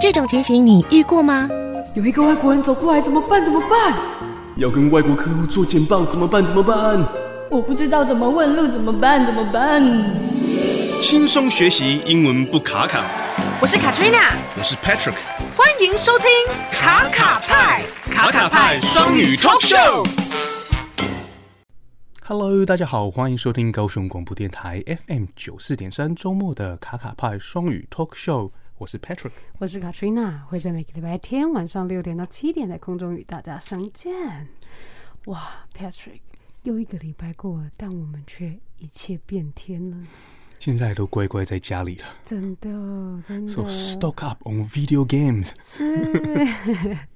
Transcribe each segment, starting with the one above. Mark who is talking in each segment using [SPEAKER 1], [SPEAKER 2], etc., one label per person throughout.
[SPEAKER 1] 这种情形你遇过吗？
[SPEAKER 2] 有一个外国人走过来，怎么办？怎么办？
[SPEAKER 3] 要跟外国客户做简报怎么办？怎么办？
[SPEAKER 4] 我不知道怎么问路，怎么办？怎么办？
[SPEAKER 5] 轻松学习英文不卡卡。
[SPEAKER 6] 我是 Katrina，
[SPEAKER 5] 我是 Patrick，
[SPEAKER 6] 欢迎收听卡卡派
[SPEAKER 5] 卡卡派双语 talk show。Hello，大家好，欢迎收听高雄广播电台 FM 九四点三周末的卡卡派双语 talk show。我是 Patrick，
[SPEAKER 7] 我是 Katrina，会在每个礼拜天晚上六点到七点在空中与大家相见。哇，Patrick，又一个礼拜过了，但我们却一切变天了。
[SPEAKER 5] 现在都乖乖在家里了。
[SPEAKER 7] 真的，真的。
[SPEAKER 5] So stock up on video games。
[SPEAKER 7] 是。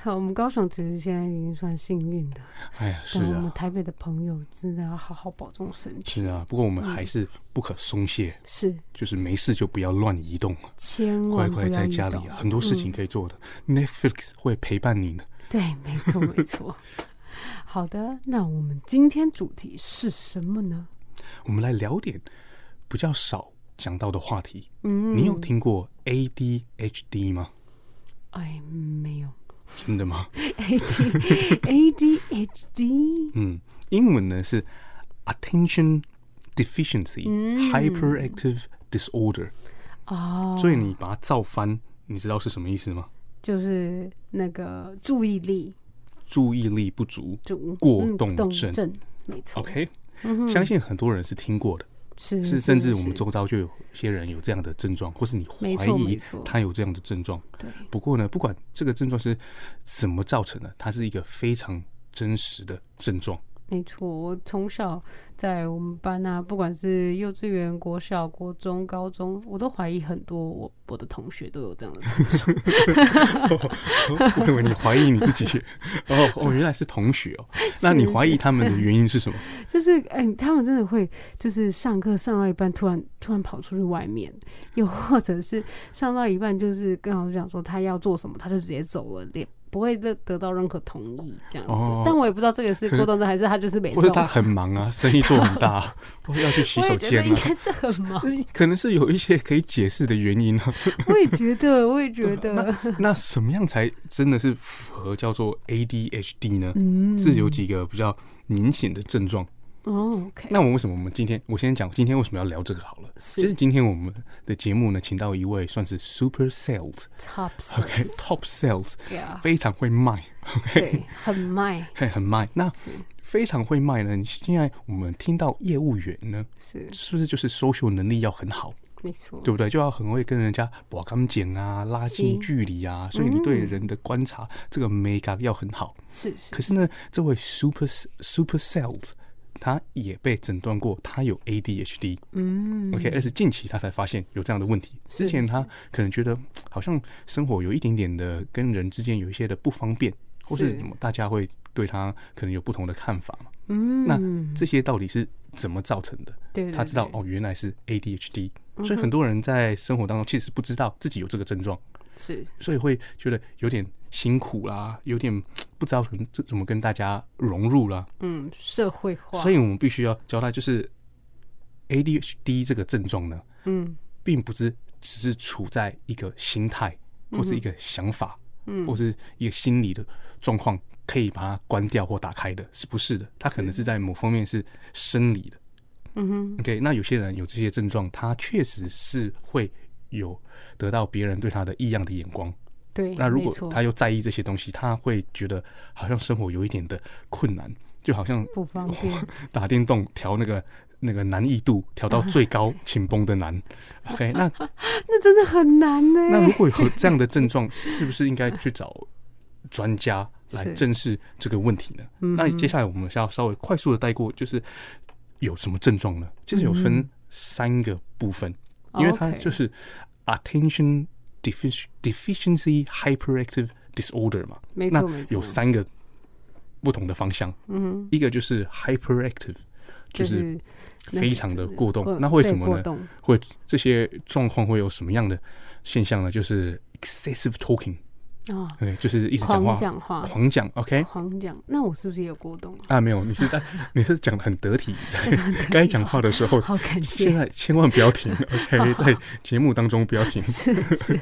[SPEAKER 7] 好，我们高雄其实现在已经算幸运的。
[SPEAKER 5] 哎呀，是
[SPEAKER 7] 但我们
[SPEAKER 5] 啊，
[SPEAKER 7] 台北的朋友真的要好好保重身体。
[SPEAKER 5] 是啊。不过我们还是不可松懈，
[SPEAKER 7] 是，
[SPEAKER 5] 就是没事就不要乱移动，
[SPEAKER 7] 千
[SPEAKER 5] 乖
[SPEAKER 7] 万不
[SPEAKER 5] 乖
[SPEAKER 7] 要
[SPEAKER 5] 在家里
[SPEAKER 7] 嗯
[SPEAKER 5] 啊，
[SPEAKER 7] 移动嗯
[SPEAKER 5] 很多事情可以做的。Netflix 会陪伴你的。
[SPEAKER 7] 对，没错，没错。 好的，那我们今天主题是什么呢？
[SPEAKER 5] 我们来聊点比较少讲到的话题。
[SPEAKER 7] 嗯，
[SPEAKER 5] 你有听过 ADHD 吗？
[SPEAKER 7] 哎，没有
[SPEAKER 5] 真的吗？
[SPEAKER 7] A D A D H D，
[SPEAKER 5] 嗯，英文呢是 Attention Deficiency Hyperactive Disorder，、
[SPEAKER 7] 嗯哦，
[SPEAKER 5] 所以你把它造翻，你知道是什么意思吗？
[SPEAKER 7] 就是那个注意力
[SPEAKER 5] 注意力不足
[SPEAKER 7] 主
[SPEAKER 5] 过
[SPEAKER 7] 嗯
[SPEAKER 5] 动
[SPEAKER 7] 动
[SPEAKER 5] 症
[SPEAKER 7] 症，没错
[SPEAKER 5] OK，、相信很多人是听过的，
[SPEAKER 7] 嗯是
[SPEAKER 5] 是甚至我们周遭就有些人有这样的症状，或是你
[SPEAKER 7] 没
[SPEAKER 5] 怀
[SPEAKER 7] 错没
[SPEAKER 5] 疑
[SPEAKER 7] 错
[SPEAKER 5] 他有这样的症状。
[SPEAKER 7] 对
[SPEAKER 5] 不过呢，不管这个症状是怎么造成的，它是一个非常真实的症状。
[SPEAKER 7] 没错，我从小在我们班啊，不管是幼稚园、国小、国中、高中，我都怀疑很多我我的同学都有这样的症状。
[SPEAKER 5] 我以为你怀疑你自 己，哦哦，原来是同学哦。那你怀疑他们的原因是什么？
[SPEAKER 7] 就是哎、他们真的会就是上课上到一半，突然突然跑出去外面，又或者是上到一半，就是跟老师讲说他要做什么，他就直接走了，也不会得得到任何同意这样子。
[SPEAKER 5] 哦
[SPEAKER 7] 但我也不知道这个是过动症还是他 就是没
[SPEAKER 5] 或
[SPEAKER 7] 送
[SPEAKER 5] 者，他很忙啊，生意做很大、 啊，或要去洗
[SPEAKER 7] 我
[SPEAKER 5] 手
[SPEAKER 7] 也觉得
[SPEAKER 5] 间
[SPEAKER 7] 应
[SPEAKER 5] 啊，
[SPEAKER 7] 该是很忙，
[SPEAKER 5] 这可能是有一些可以解释的原因 啊。
[SPEAKER 7] 我也觉得，我也觉得，
[SPEAKER 5] 那那什么样才真的是符合叫做 ADHD 呢？
[SPEAKER 7] 嗯
[SPEAKER 5] 是有几个比较明显的症状。
[SPEAKER 7] 哦，OK，
[SPEAKER 5] 那我为什么我们今天我先讲今天为什么要聊这个好了？
[SPEAKER 7] 是
[SPEAKER 5] 其实今天我们的节目呢，请到一位算是 super sales
[SPEAKER 7] top
[SPEAKER 5] OK
[SPEAKER 7] sales，
[SPEAKER 5] top sales，
[SPEAKER 7] Yeah
[SPEAKER 5] 非常会卖
[SPEAKER 7] 对，很卖
[SPEAKER 5] 嘿很卖。那非常会卖呢，你现在我们听到业务员呢，
[SPEAKER 7] 是
[SPEAKER 5] 是不是就是 social 能力要很好？
[SPEAKER 7] 没错，
[SPEAKER 5] 对不对？就要很会跟人家把干剪啊，拉近
[SPEAKER 7] 是
[SPEAKER 5] 距离啊，所以你对人的观察、这个美感要很好。
[SPEAKER 7] 是是
[SPEAKER 5] 可是呢，这位 super super sales 他也被诊断过他有 ADHD，嗯，OK，而是近期他才发现有这样的问题。之前他可能觉得嗯好像生活有一点点的跟人之间有一些的不方便，或是
[SPEAKER 7] 是
[SPEAKER 5] 什么大家会对他可能有不同的看法嘛。嗯，那这些到底是怎么造成的？
[SPEAKER 7] 对对
[SPEAKER 5] 他知道
[SPEAKER 7] 对
[SPEAKER 5] 哦，原来是 ADHD，所以很多人在生活当中其实不知道自己有这个症状，
[SPEAKER 7] 是
[SPEAKER 5] 所以会觉得有点辛苦啦，有点嘖不知道怎么怎么跟大家融入啦。
[SPEAKER 7] 嗯，社会化，
[SPEAKER 5] 所以我们必须要交代，就是 ADHD 这个症状呢，
[SPEAKER 7] 嗯，
[SPEAKER 5] 并不是只是处在一个心态或是一个想法，嗯，或是一个心理的状况可以把它关掉或打开的，是不是的？它可能是在某方面是生理的。嗯哼，OK，那有些人有这些症状，他确实是会有得到别人对他的异样的眼光。
[SPEAKER 7] 对，
[SPEAKER 5] 那如
[SPEAKER 7] 没
[SPEAKER 5] 果
[SPEAKER 7] 错
[SPEAKER 5] 他又在意这些东西，他会觉得好像生活有一点的困难，就好像
[SPEAKER 7] 不方便
[SPEAKER 5] 打电动调那个那个难易度调
[SPEAKER 7] 啊
[SPEAKER 5] 到最高紧绷的 难。OK，那
[SPEAKER 7] 那真的很难呢、
[SPEAKER 5] 那如果有这样的症状，是不是应该去找专家来
[SPEAKER 7] 是
[SPEAKER 5] 正视这个问题呢？
[SPEAKER 7] 嗯
[SPEAKER 5] 那接下来我们是要稍微快速的带过，就是有什么症状呢？其实有
[SPEAKER 7] 嗯
[SPEAKER 5] 分三个部分，因为它
[SPEAKER 7] OK
[SPEAKER 5] 就是 attention defici- deficiency hyperactive disorder 嘛，
[SPEAKER 7] 没错
[SPEAKER 5] 那
[SPEAKER 7] 没错
[SPEAKER 5] 有三个不同的方向，嗯，一个就是 hyperactive，就
[SPEAKER 7] 就是是
[SPEAKER 5] 非常的过动
[SPEAKER 7] 过。
[SPEAKER 5] 那为什
[SPEAKER 7] 对
[SPEAKER 5] 么
[SPEAKER 7] 过
[SPEAKER 5] 呢
[SPEAKER 7] 动？
[SPEAKER 5] 会这些状况会有什么样的现象呢？就是 excessive talking，
[SPEAKER 7] 啊，
[SPEAKER 5] 对，就是一直讲话，
[SPEAKER 7] 狂讲话
[SPEAKER 5] 狂讲，OK。
[SPEAKER 7] 狂讲，那我是不是也有过 动啊？
[SPEAKER 5] 啊，没有，你是 在你是讲的很得体，在该讲话的时候，
[SPEAKER 7] 好感谢
[SPEAKER 5] 现在千万不要停，OK，在节目当中不要停。
[SPEAKER 7] 是是，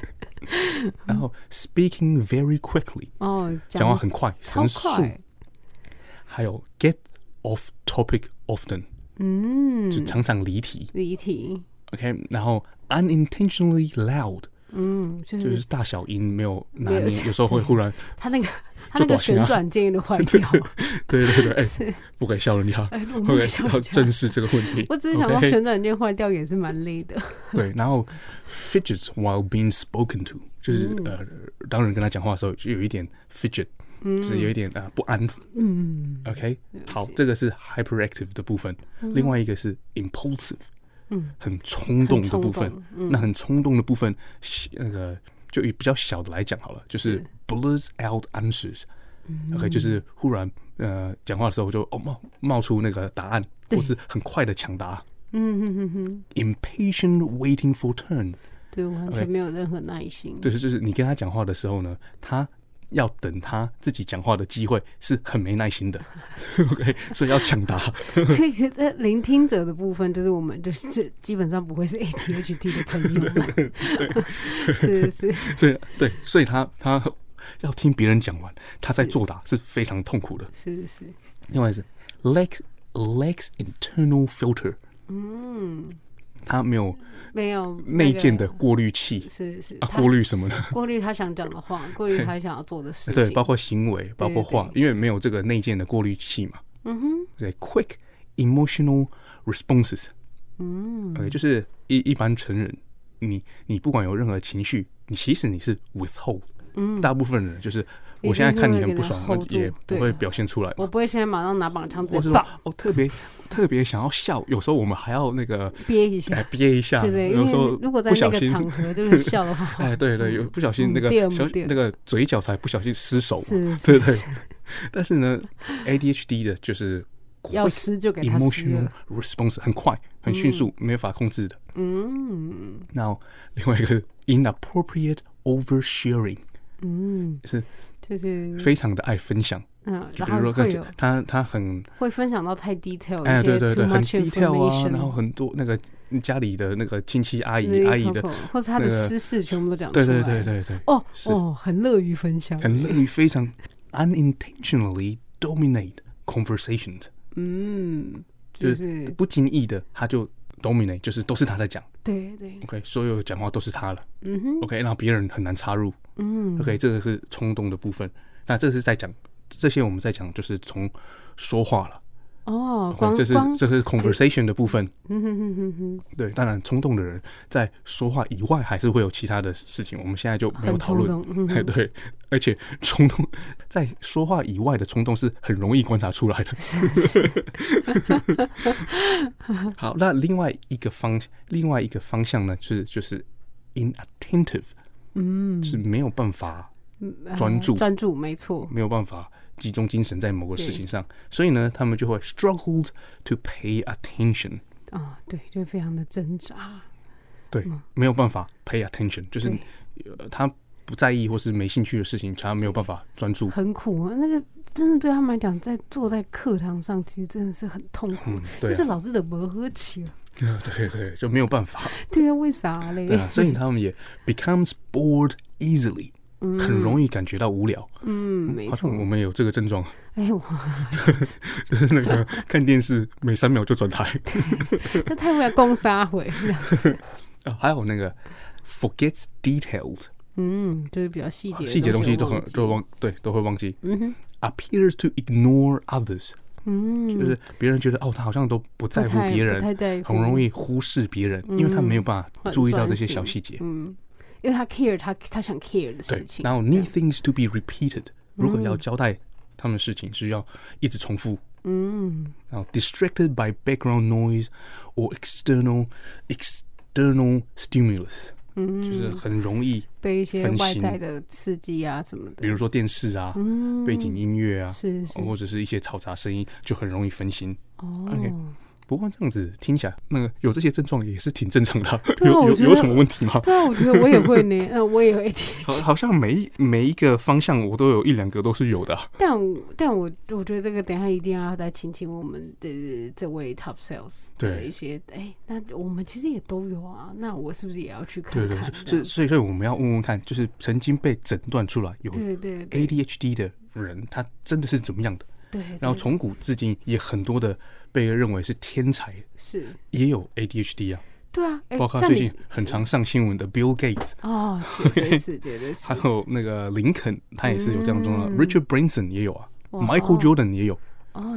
[SPEAKER 5] 然后 speaking very quickly，
[SPEAKER 7] 哦，
[SPEAKER 5] 讲话很快，
[SPEAKER 7] 超
[SPEAKER 5] 神速，
[SPEAKER 7] 快，
[SPEAKER 5] 还有 get off topic often，
[SPEAKER 7] 嗯，
[SPEAKER 5] 就常常离题。
[SPEAKER 7] 离题，
[SPEAKER 5] OK，然后 unintentionally loud
[SPEAKER 7] 嗯，就
[SPEAKER 5] 就是是大小音没有拿
[SPEAKER 7] 没有
[SPEAKER 5] 捏，有时候会忽然，
[SPEAKER 7] 他那个他
[SPEAKER 5] 就
[SPEAKER 7] 那个
[SPEAKER 5] 不好听
[SPEAKER 7] 旋
[SPEAKER 5] 啊
[SPEAKER 7] 转键都坏掉，
[SPEAKER 5] 对对对，哎、
[SPEAKER 7] 是
[SPEAKER 5] 不该笑人家
[SPEAKER 7] 哎我没有
[SPEAKER 5] ，OK，
[SPEAKER 7] 笑人
[SPEAKER 5] 要
[SPEAKER 7] 家
[SPEAKER 5] 正视这个问题。
[SPEAKER 7] 我只是想到
[SPEAKER 5] OK
[SPEAKER 7] 旋转键坏掉也是蛮累的，
[SPEAKER 5] 对，然后 fidget while being spoken to，就是、呃，当人跟他讲话的时候，就有一点 fidget，、就是有一点呃不安。嗯，OK，好，这个是 hyperactive 的部分，另外一个是 impulsive，嗯，很冲动嗯的部分
[SPEAKER 7] 很冲动。
[SPEAKER 5] 那很冲动的部分，那个就以比较小的来讲好了，就是嗯 blurs out answers。OK，就是忽然呃讲话的时候就哦冒冒出那个答案，或是很快的抢答。
[SPEAKER 7] 嗯哼哼哼，
[SPEAKER 5] impatient waiting for turn，
[SPEAKER 7] 对，完全
[SPEAKER 5] OK
[SPEAKER 7] 没有任何耐心，
[SPEAKER 5] 就是就是你跟他讲话的时候呢，他要等他自己讲话的机会是很没耐心的 ，OK，所以要抢答。
[SPEAKER 7] 所以这聆听者的部分，就是我们就是这基本上不会是 ADHD 的朋友 们，是是，
[SPEAKER 5] 所以对，所以他他要听别人讲完，他在作答是非常痛苦的。
[SPEAKER 7] 是是，
[SPEAKER 5] 另外是 lacks lacks internal filter，
[SPEAKER 7] 嗯，
[SPEAKER 5] 他没有
[SPEAKER 7] 没有
[SPEAKER 5] 内建
[SPEAKER 7] 那
[SPEAKER 5] 的
[SPEAKER 7] 个，
[SPEAKER 5] 过滤器
[SPEAKER 7] 是是，
[SPEAKER 5] 啊，
[SPEAKER 7] 他
[SPEAKER 5] 过滤什么呢？
[SPEAKER 7] 过滤他想讲的话，过滤他想要做的事情，
[SPEAKER 5] 对，包括行为，包括话，因为没有这个内建的过滤器嘛。嗯哼，对，quick emotional responses，嗯，OK，就是一一般成人，你你不管有任何情绪，你其实你是 withhold，嗯，大部分人就是我现在看你很不爽，
[SPEAKER 7] 一
[SPEAKER 5] 我
[SPEAKER 7] 定会给他 hold 住
[SPEAKER 5] 也不
[SPEAKER 7] 对
[SPEAKER 5] 会表现出来嘛，
[SPEAKER 7] 我不会现在马上拿绑枪直
[SPEAKER 5] 或
[SPEAKER 7] 接
[SPEAKER 5] 是说
[SPEAKER 7] 打
[SPEAKER 5] 哦特别特别想要笑，有时候我们还要那个
[SPEAKER 7] 憋一
[SPEAKER 5] 哎
[SPEAKER 7] 下，
[SPEAKER 5] 憋一下，
[SPEAKER 7] 对不对？
[SPEAKER 5] 有时
[SPEAKER 7] 因
[SPEAKER 5] 候
[SPEAKER 7] 为如果在
[SPEAKER 5] 不
[SPEAKER 7] 那
[SPEAKER 5] 小
[SPEAKER 7] 个
[SPEAKER 5] 心。
[SPEAKER 7] 场合就是笑的 话，
[SPEAKER 5] 哎，对对，有不小心那
[SPEAKER 7] 嗯对
[SPEAKER 5] 个
[SPEAKER 7] 嗯
[SPEAKER 5] 小
[SPEAKER 7] 对
[SPEAKER 5] 那个嘴角才不小心失手嘛，
[SPEAKER 7] 是
[SPEAKER 5] 对
[SPEAKER 7] 是
[SPEAKER 5] 对
[SPEAKER 7] 是，。
[SPEAKER 5] 但是呢，ADHD 的就是
[SPEAKER 7] 要
[SPEAKER 5] quick
[SPEAKER 7] 撕就给他撕
[SPEAKER 5] emotional
[SPEAKER 7] 了，
[SPEAKER 5] response 很快、很迅速，没法控制的。
[SPEAKER 7] 嗯，
[SPEAKER 5] 然后另外一个 inappropriate oversharing，嗯，是
[SPEAKER 7] 就是
[SPEAKER 5] 非常的爱分享。
[SPEAKER 7] 嗯，
[SPEAKER 5] 就
[SPEAKER 7] 然
[SPEAKER 5] 比如说
[SPEAKER 7] 后
[SPEAKER 5] 他
[SPEAKER 7] 会
[SPEAKER 5] 讲
[SPEAKER 7] 有
[SPEAKER 5] 他他很
[SPEAKER 7] 会分享到太 detail，
[SPEAKER 5] 哎，
[SPEAKER 7] 一些
[SPEAKER 5] 对对
[SPEAKER 7] too
[SPEAKER 5] 对，很
[SPEAKER 7] much
[SPEAKER 5] detail 啊，
[SPEAKER 7] information，
[SPEAKER 5] 然后很多那个家里的那个亲戚阿
[SPEAKER 7] 就
[SPEAKER 5] 姨
[SPEAKER 7] 是
[SPEAKER 5] 阿姨的
[SPEAKER 7] Coco，，或是他的
[SPEAKER 5] 那个
[SPEAKER 7] 私事全部都讲出
[SPEAKER 5] 对对
[SPEAKER 7] 来，
[SPEAKER 5] 对，对对，
[SPEAKER 7] 哦
[SPEAKER 5] 是
[SPEAKER 7] 哦，很乐于分享，
[SPEAKER 5] 很乐于非常 unintentionally dominate conversations，
[SPEAKER 7] 嗯，
[SPEAKER 5] 就
[SPEAKER 7] 就是是
[SPEAKER 5] 不经意的他就 dominate，就是都是他在讲。
[SPEAKER 7] 对对，
[SPEAKER 5] OK，所有讲话都是他了。
[SPEAKER 7] 嗯哼，
[SPEAKER 5] OK，然后别人很难插入。
[SPEAKER 7] 嗯
[SPEAKER 5] OK，这个是冲动的部分。那这个是在讲这些，我们在讲就是从说话了。
[SPEAKER 7] 哦，光
[SPEAKER 5] OK，这是
[SPEAKER 7] 光，
[SPEAKER 5] 这是 conversation 的部分。
[SPEAKER 7] 嗯哼哼哼哼，
[SPEAKER 5] 对，当然冲动的人在说话以外，还是会有其他的事情，我们现在就没有
[SPEAKER 7] 很
[SPEAKER 5] 讨
[SPEAKER 7] 冲
[SPEAKER 5] 论
[SPEAKER 7] 动。，嗯
[SPEAKER 5] 哎，
[SPEAKER 7] 哼，
[SPEAKER 5] 对，而且冲动 在说话以外的冲动是很容易观察出来的。 好，那另外一个方另外一个方向呢，就是就是 inattentive，嗯，是没有办法
[SPEAKER 7] 嗯
[SPEAKER 5] 专注
[SPEAKER 7] 呃专注，没错，
[SPEAKER 5] 没有办法集中精神在某个事情上，所以呢，他们就会 struggled to pay attention，
[SPEAKER 7] 啊，对，就非常的挣扎，
[SPEAKER 5] 对，
[SPEAKER 7] 嗯
[SPEAKER 5] 没有办法 pay attention，就是呃他不在意或是没兴趣的事情，他没有办法专注。
[SPEAKER 7] 很苦啊，那个。真的对他们来讲，在坐在课堂上，其实真的是很痛苦，
[SPEAKER 5] 嗯，
[SPEAKER 7] 就
[SPEAKER 5] 对、
[SPEAKER 7] 是
[SPEAKER 5] 啊，
[SPEAKER 7] 老师的磨合期了。
[SPEAKER 5] 对对，就没有办法。
[SPEAKER 7] 对啊，为啥嘞？
[SPEAKER 5] 对啊，所以他们也 becomes bored easily，、很容易感觉到无聊。
[SPEAKER 7] 嗯，没
[SPEAKER 5] 好
[SPEAKER 7] 错
[SPEAKER 5] 像。啊我们有这个症状，
[SPEAKER 7] 哎， 我
[SPEAKER 5] 就是那个看电视每三秒就转台，
[SPEAKER 7] 那太会 攻杀回，
[SPEAKER 5] 啊还有那个 forgets details，
[SPEAKER 7] 嗯，就是比较细节的
[SPEAKER 5] 啊细节东西都
[SPEAKER 7] 我
[SPEAKER 5] 很
[SPEAKER 7] 忘记
[SPEAKER 5] 都会忘，对，都会忘记。
[SPEAKER 7] 嗯哼，
[SPEAKER 5] appears to ignore others，、就
[SPEAKER 7] 嗯，
[SPEAKER 5] 是别人觉得哦，他好像都不在乎别人
[SPEAKER 7] 不，太在乎，
[SPEAKER 5] 很容易忽视别人，因为他没有办法
[SPEAKER 7] 很
[SPEAKER 5] 注意到
[SPEAKER 7] 专
[SPEAKER 5] 这些小
[SPEAKER 7] 心
[SPEAKER 5] 细节。
[SPEAKER 7] 嗯，因为他 care 他他想 care 的
[SPEAKER 5] 对
[SPEAKER 7] 事，情，
[SPEAKER 5] 然后
[SPEAKER 7] 这
[SPEAKER 5] need
[SPEAKER 7] 样
[SPEAKER 5] things to be repeated，如
[SPEAKER 7] 嗯
[SPEAKER 5] 果要交代他们的事情是要一直重复。
[SPEAKER 7] 嗯，
[SPEAKER 5] 然后 distracted by background noise or external external stimulus，、就是
[SPEAKER 7] 嗯
[SPEAKER 5] 很容易，
[SPEAKER 7] 被一些
[SPEAKER 5] 分
[SPEAKER 7] 外
[SPEAKER 5] 心
[SPEAKER 7] 在的刺激啊什么的，
[SPEAKER 5] 比如说电视啊、
[SPEAKER 7] 嗯
[SPEAKER 5] 背景音乐啊，
[SPEAKER 7] 是是
[SPEAKER 5] 或者是一些嘈杂声音，就很容易分心。
[SPEAKER 7] 哦
[SPEAKER 5] OK，不过这样子听起来，那个有这些症状也是挺正常的啊、
[SPEAKER 7] 对啊
[SPEAKER 5] 有
[SPEAKER 7] 我
[SPEAKER 5] 有
[SPEAKER 7] 觉得
[SPEAKER 5] 有什么问题吗？
[SPEAKER 7] 对啊，我觉得我也会呢，呃，我也会 贴
[SPEAKER 5] 好，好像每一每一个方向我都有一两个都是有的啊、
[SPEAKER 7] 但我但我我觉得这个等一下一定要再请请我们的这位 top sales
[SPEAKER 5] 对
[SPEAKER 7] 的一些哎、那我们其实也都有啊，那我是不是也要去看
[SPEAKER 5] 对
[SPEAKER 7] 看这
[SPEAKER 5] 对
[SPEAKER 7] 样
[SPEAKER 5] 对，
[SPEAKER 7] 子？
[SPEAKER 5] 所以所以所以我们要问问看，就是曾经被诊断出来有
[SPEAKER 7] 对对对
[SPEAKER 5] ADHD 的人，他真的是怎么样的？
[SPEAKER 7] 对，
[SPEAKER 5] 然后
[SPEAKER 7] 对
[SPEAKER 5] 从古至今也很多的被认为是天才，
[SPEAKER 7] 是，
[SPEAKER 5] 也有 ADHD 啊，
[SPEAKER 7] 对啊，哎、
[SPEAKER 5] 包括
[SPEAKER 7] 像
[SPEAKER 5] 最
[SPEAKER 7] 你
[SPEAKER 5] 近很常上新闻的 Bill Gates，
[SPEAKER 7] 哦，绝对是绝对是
[SPEAKER 5] 还，有那个林肯，他也是有这样的状况、
[SPEAKER 7] 嗯
[SPEAKER 5] r i c h a r d Branson 也有啊
[SPEAKER 7] 哇
[SPEAKER 5] ，Michael
[SPEAKER 7] 哦
[SPEAKER 5] Jordan 也有
[SPEAKER 7] 哦，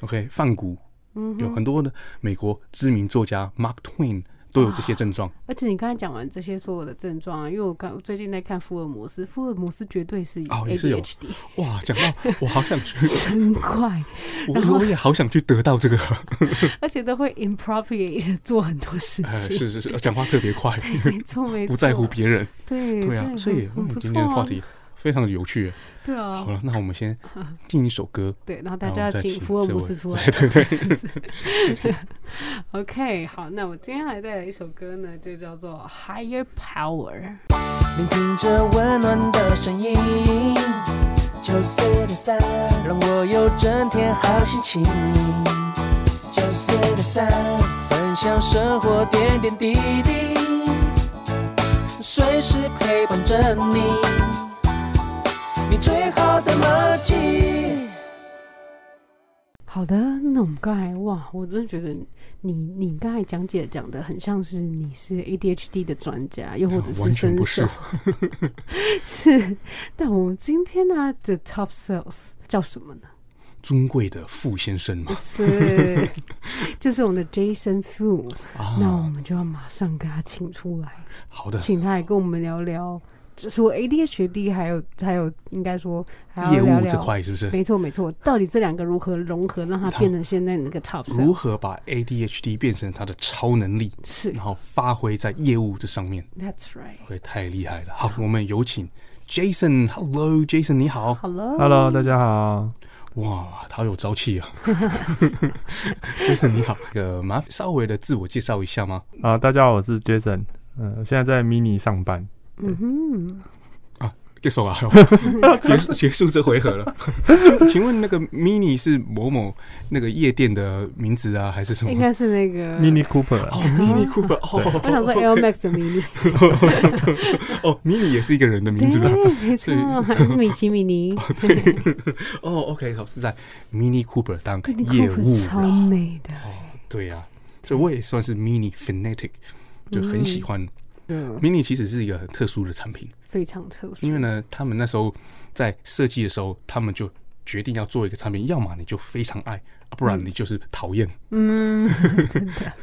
[SPEAKER 5] ，OK，范谷
[SPEAKER 7] 嗯
[SPEAKER 5] 有
[SPEAKER 7] 哼，
[SPEAKER 5] 很多的美国知名作家 Mark Twain 都有这些症状。
[SPEAKER 7] 而且你刚才讲完这些所有的症状啊，因为我刚我最近在看福尔摩斯，福尔摩斯绝对是
[SPEAKER 5] 哦也是有
[SPEAKER 7] ADHD，、
[SPEAKER 5] 哇，讲到我好想去，
[SPEAKER 7] 真快，
[SPEAKER 5] 我我也好想去得到 这个，
[SPEAKER 7] 而且都会 impropriate 做很多事
[SPEAKER 5] 哎，
[SPEAKER 7] 情，
[SPEAKER 5] 是是是，讲话特别 快，
[SPEAKER 7] 没错没错，
[SPEAKER 5] 不在乎别人。
[SPEAKER 7] 对
[SPEAKER 5] 对啊，所以我
[SPEAKER 7] 很
[SPEAKER 5] 们
[SPEAKER 7] 不
[SPEAKER 5] 今
[SPEAKER 7] 错
[SPEAKER 5] 天的
[SPEAKER 7] 啊
[SPEAKER 5] 话题非常有趣。
[SPEAKER 7] 对啊
[SPEAKER 5] 好，了，那我们先听一首歌。
[SPEAKER 7] 对，然后大
[SPEAKER 5] 然
[SPEAKER 7] 家
[SPEAKER 5] 后
[SPEAKER 7] 要
[SPEAKER 5] 再
[SPEAKER 7] 请
[SPEAKER 5] 请
[SPEAKER 7] 福尔
[SPEAKER 5] 这
[SPEAKER 7] 摩
[SPEAKER 5] 位
[SPEAKER 7] 斯出来，
[SPEAKER 5] 对对对
[SPEAKER 7] 是不 是 OK，好，那我今天还带来一首歌呢，就叫做《Higher Power》。
[SPEAKER 8] 聆听着温暖的声音。九四点三，让我有整天好心情。九四点三，分享生活点点滴滴，随时陪伴着你，你最好的默契。
[SPEAKER 7] 好的，那我们刚才哇，我真的觉得你你刚才讲解讲的很像是你是 ADHD 的专家，又或者
[SPEAKER 5] 啊完
[SPEAKER 7] 是
[SPEAKER 5] 全
[SPEAKER 7] 伸
[SPEAKER 5] 不
[SPEAKER 7] 手， 是但我们今天呢、的 Top Sales 叫什么呢？
[SPEAKER 5] 尊贵的傅先生嘛，
[SPEAKER 7] 是，就是我们的 Jason Fu，、那我
[SPEAKER 5] 啊，
[SPEAKER 7] 们就要马上给他请出来。
[SPEAKER 5] 好的，
[SPEAKER 7] 请他来跟我们聊聊，除了 ADHD，还有还有，应该说还要
[SPEAKER 5] 业
[SPEAKER 7] 聊
[SPEAKER 5] 务这
[SPEAKER 7] 聊，
[SPEAKER 5] 块是不是？
[SPEAKER 7] 没错没错，到底这两个如何融合，让它
[SPEAKER 5] 它
[SPEAKER 7] 变成现在那个 top？sales
[SPEAKER 5] 如何把 ADHD 变成他的超能力，
[SPEAKER 7] 是
[SPEAKER 5] 然后发挥在业务这上面，
[SPEAKER 7] ？That's right。
[SPEAKER 5] 会太厉害了。好，我们有请 Jason。Hello，Jason，你好。
[SPEAKER 7] 好了
[SPEAKER 9] Hello，大家好。
[SPEAKER 5] 哇，他有朝气啊 ！Jason，你好。呃，麻烦稍微的自我介绍一下吗？
[SPEAKER 9] 啊，大家好，我是 Jason，嗯、我现在在 Mini 上班。
[SPEAKER 7] 嗯哼，
[SPEAKER 5] 结束 啊，结束结束这回合了。 请请问那个 Mini 是某某那个夜店的名字啊，还是什么
[SPEAKER 7] 应？该是那个。
[SPEAKER 9] Mini Cooper，
[SPEAKER 5] 哦，Mini Cooper，哦，
[SPEAKER 7] 我想说 L Max 的迷你，
[SPEAKER 5] 哦，Mini 也是一个人的名字啊。
[SPEAKER 7] 对，哎没
[SPEAKER 5] 所以
[SPEAKER 7] 错，还是米奇米妮，
[SPEAKER 5] 哦，OK，好，是在 Mini Cooper 当
[SPEAKER 7] 米妮
[SPEAKER 5] 业
[SPEAKER 7] 库
[SPEAKER 5] 务
[SPEAKER 7] 夫超
[SPEAKER 5] 啦。
[SPEAKER 7] 美的，
[SPEAKER 5] 对呀、所以我也算是 Mini fanatic，就很喜欢。
[SPEAKER 7] 嗯，
[SPEAKER 5] Mini 其实是一个很特殊的产品，
[SPEAKER 7] 非常特殊。
[SPEAKER 5] 因为呢，他们那时候在设计的时候，他们就决定要做一个产品，要么你就非常爱，啊、不然你就是讨厌。
[SPEAKER 7] 嗯，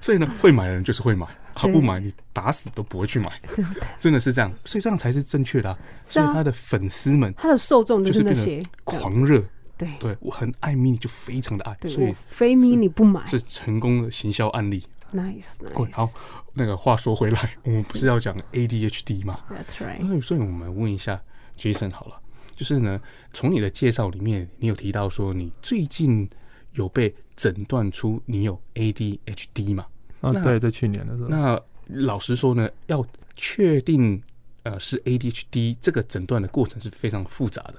[SPEAKER 5] 所以呢，会买的人就是会买，啊，
[SPEAKER 7] 对
[SPEAKER 5] 不买你打死都不会去买，
[SPEAKER 7] 真的，
[SPEAKER 5] 真的是这样。所以这样才是正确的、啊。
[SPEAKER 7] 是啊
[SPEAKER 5] 所以他的粉丝们
[SPEAKER 7] 他的受众
[SPEAKER 5] 就
[SPEAKER 7] 就是
[SPEAKER 5] 是
[SPEAKER 7] 那
[SPEAKER 5] 变
[SPEAKER 7] 些
[SPEAKER 5] 得，狂热，
[SPEAKER 7] 对
[SPEAKER 5] 对我很爱 mini 就非常的爱，所
[SPEAKER 7] 对，我
[SPEAKER 5] 以
[SPEAKER 7] 非迷你不买
[SPEAKER 5] 是成功的行销案例。
[SPEAKER 7] ，nice
[SPEAKER 5] 哦，好
[SPEAKER 7] nice，that's，
[SPEAKER 5] 那个话说回 来，我们不是要讲 ADHD 吗？
[SPEAKER 7] right。
[SPEAKER 5] 所以，所以我们问一下 Jason 好了，就是呢，从你的介绍里面，你有提到说你最近有被诊断出你有 ADHD 嘛？
[SPEAKER 9] 啊，
[SPEAKER 5] 那
[SPEAKER 9] 对，在去年的时候，
[SPEAKER 5] 那老实说呢，要确定呃是 ADHD 这个诊断的过程是非常复杂的，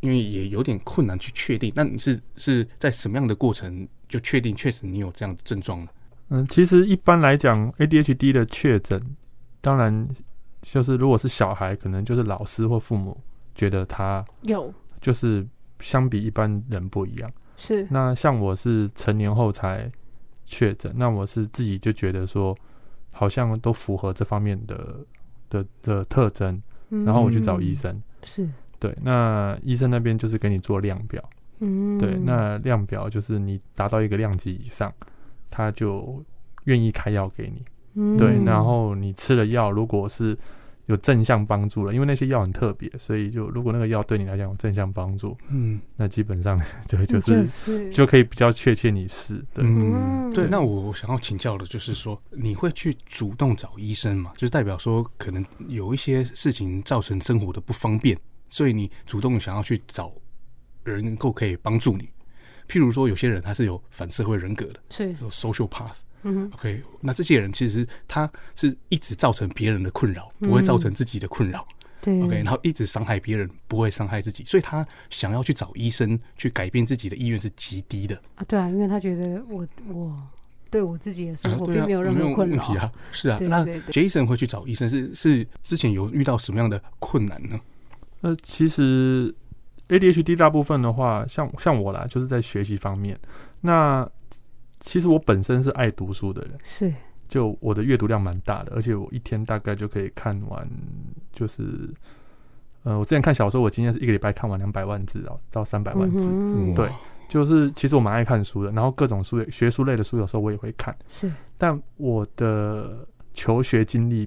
[SPEAKER 5] 因为也有点困难去确定。那你是是在什么样的过程就确定确实你有这样的症状呢？
[SPEAKER 9] 嗯，其实一般来讲，ADHD 的确诊，当然就是如果是小孩，可能就是老师或父母觉得他
[SPEAKER 7] 有
[SPEAKER 9] 就是相比一般人不一样。
[SPEAKER 7] 是
[SPEAKER 9] 那像我是成年后才确诊，那我是自己就觉得说，好像都符合这方面的的的特征，然后我去找医
[SPEAKER 7] 嗯
[SPEAKER 9] 生。
[SPEAKER 7] 是，
[SPEAKER 9] 对，那医生那边就是给你做量表，
[SPEAKER 7] 嗯，
[SPEAKER 9] 对，那量表就是你达到一个量级以上，他就愿意开药给你。对，
[SPEAKER 7] 嗯
[SPEAKER 9] 然后你吃了药，如果是有正向帮助了，因为那些药很特别，所以就如果那个药对你来讲有正向帮助，
[SPEAKER 5] 嗯
[SPEAKER 9] 那基本上 就
[SPEAKER 7] 嗯
[SPEAKER 9] 就
[SPEAKER 7] 就是是
[SPEAKER 9] 就可以比较确切你是对。
[SPEAKER 7] 嗯
[SPEAKER 5] 对，那我我想要请教的就是说，你会去主动找医生嘛？就是代表说，可能有一些事情造成生活的不方便，所以你主动想要去找人能够可以帮助你。譬如说，有些人他是有反社会人格的，
[SPEAKER 7] 是，
[SPEAKER 5] 有 social path。
[SPEAKER 7] 嗯哼，
[SPEAKER 5] OK，那这些人其实他是一直造成别人的困扰，不会造成自己的困扰。
[SPEAKER 7] 对
[SPEAKER 5] OK，然后一直伤害别人，不会伤害自己，所以他想要去找医生去改变自己的意愿是极低的。
[SPEAKER 7] 啊，对啊，因为他觉得我我对我自己的生
[SPEAKER 5] 啊
[SPEAKER 7] 活
[SPEAKER 5] 对
[SPEAKER 7] 并
[SPEAKER 5] 啊，
[SPEAKER 7] 没有任何
[SPEAKER 5] 问
[SPEAKER 7] 困扰
[SPEAKER 5] 题，啊，是啊。
[SPEAKER 7] 对
[SPEAKER 5] 那
[SPEAKER 7] 对对
[SPEAKER 5] Jason 会去找医生是是之前有遇到什么样的困难呢？
[SPEAKER 9] 那其实 ADHD 大部分的话，像像我啦，就是在学习方面。那其实我本身是爱读书的人，
[SPEAKER 7] 是
[SPEAKER 9] 就我的阅读量蛮大的，而且我一天大概就可以看完，就是呃，我之前看小说，我今天是一个礼拜看完两百万字到到三百万字，
[SPEAKER 7] 嗯哼，
[SPEAKER 9] 对就是其实我蛮爱看书的，然后各种书学术类的书有时候我也会看，
[SPEAKER 7] 是，
[SPEAKER 9] 但我的求学经历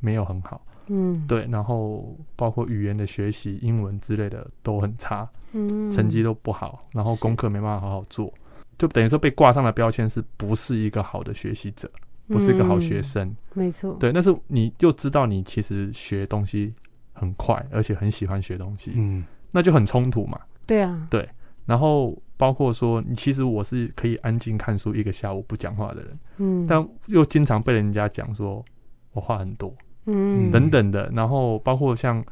[SPEAKER 9] 没有很好，
[SPEAKER 7] 嗯，，
[SPEAKER 9] 对，然后包括语言的学习、英文之类的都很差，
[SPEAKER 7] 嗯，
[SPEAKER 9] 成绩都不好，然后
[SPEAKER 7] 是
[SPEAKER 9] 功课没办法好好做，就等于说被挂上了标签，是不是一个好的学习者，不是一个好学
[SPEAKER 7] 嗯，
[SPEAKER 9] 生？
[SPEAKER 7] 没错，
[SPEAKER 9] 对，但是你又知道你其实学东西很快，而且很喜欢学东西，
[SPEAKER 5] 嗯，
[SPEAKER 9] 那就很冲突嘛。
[SPEAKER 7] 对啊，
[SPEAKER 9] 然后包括说，你其实我是可以安静看书一个下午不讲话的人，
[SPEAKER 7] 嗯，
[SPEAKER 9] 但又经常被人家讲说我话很多
[SPEAKER 7] 嗯
[SPEAKER 9] 等等的。然后包括像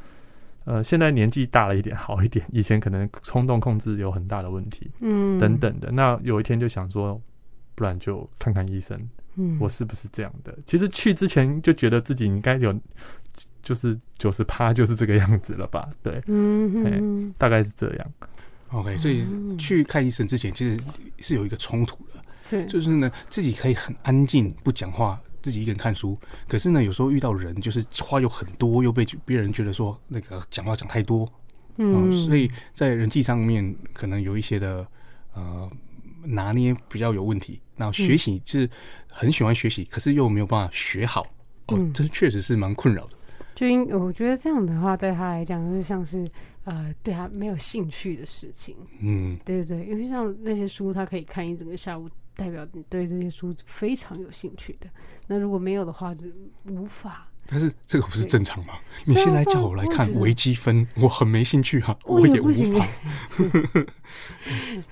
[SPEAKER 9] 呃，现在年纪大了一点，好一点，以前可能冲动控制有很大的问题
[SPEAKER 7] 嗯
[SPEAKER 9] 等，等的。那有一天就想说，不然就看看医生，
[SPEAKER 7] 嗯，
[SPEAKER 9] 我是不是这样的？其实去之前就觉得自己应该有，就是九十趴就是这个样子了吧？对，
[SPEAKER 7] 嗯
[SPEAKER 9] 哎
[SPEAKER 7] 哼，
[SPEAKER 9] 大概是这样。
[SPEAKER 5] OK，所以
[SPEAKER 7] 嗯
[SPEAKER 5] 去看医生之前其实是有一个冲突的，
[SPEAKER 7] 是，
[SPEAKER 5] 就是呢自己可以很安静不讲话。自己一个人看书，可是呢，有时候遇到人就是话又很多，又被别人觉得说那个讲话讲太多，
[SPEAKER 9] 哦
[SPEAKER 5] 嗯，所以在人际上面可能有一些的呃拿捏比较有问题。那学习是很喜欢学习，可是又没有办法学好，哦，
[SPEAKER 7] 嗯
[SPEAKER 5] 这确实是蛮困扰的。
[SPEAKER 7] 就因我觉得这样的话，对他来讲就像是呃，对他没有兴趣的事情，
[SPEAKER 5] 嗯，
[SPEAKER 7] 对对对，因为像那些书，他可以看一整个下午，代表你对这些书非常有兴趣的。那如果没有的话，就无法。
[SPEAKER 5] 但是这个不是
[SPEAKER 7] 对
[SPEAKER 5] 正常吗？
[SPEAKER 7] 是
[SPEAKER 5] 你
[SPEAKER 7] 啊
[SPEAKER 5] 现在
[SPEAKER 7] 不然
[SPEAKER 5] 叫我来
[SPEAKER 7] 我也
[SPEAKER 5] 看
[SPEAKER 7] 觉得
[SPEAKER 5] 微积分，我很没兴趣哈、啊，
[SPEAKER 7] 我
[SPEAKER 5] 也
[SPEAKER 7] 哦也不
[SPEAKER 5] 无
[SPEAKER 7] 行
[SPEAKER 5] 法。
[SPEAKER 7] 耶，是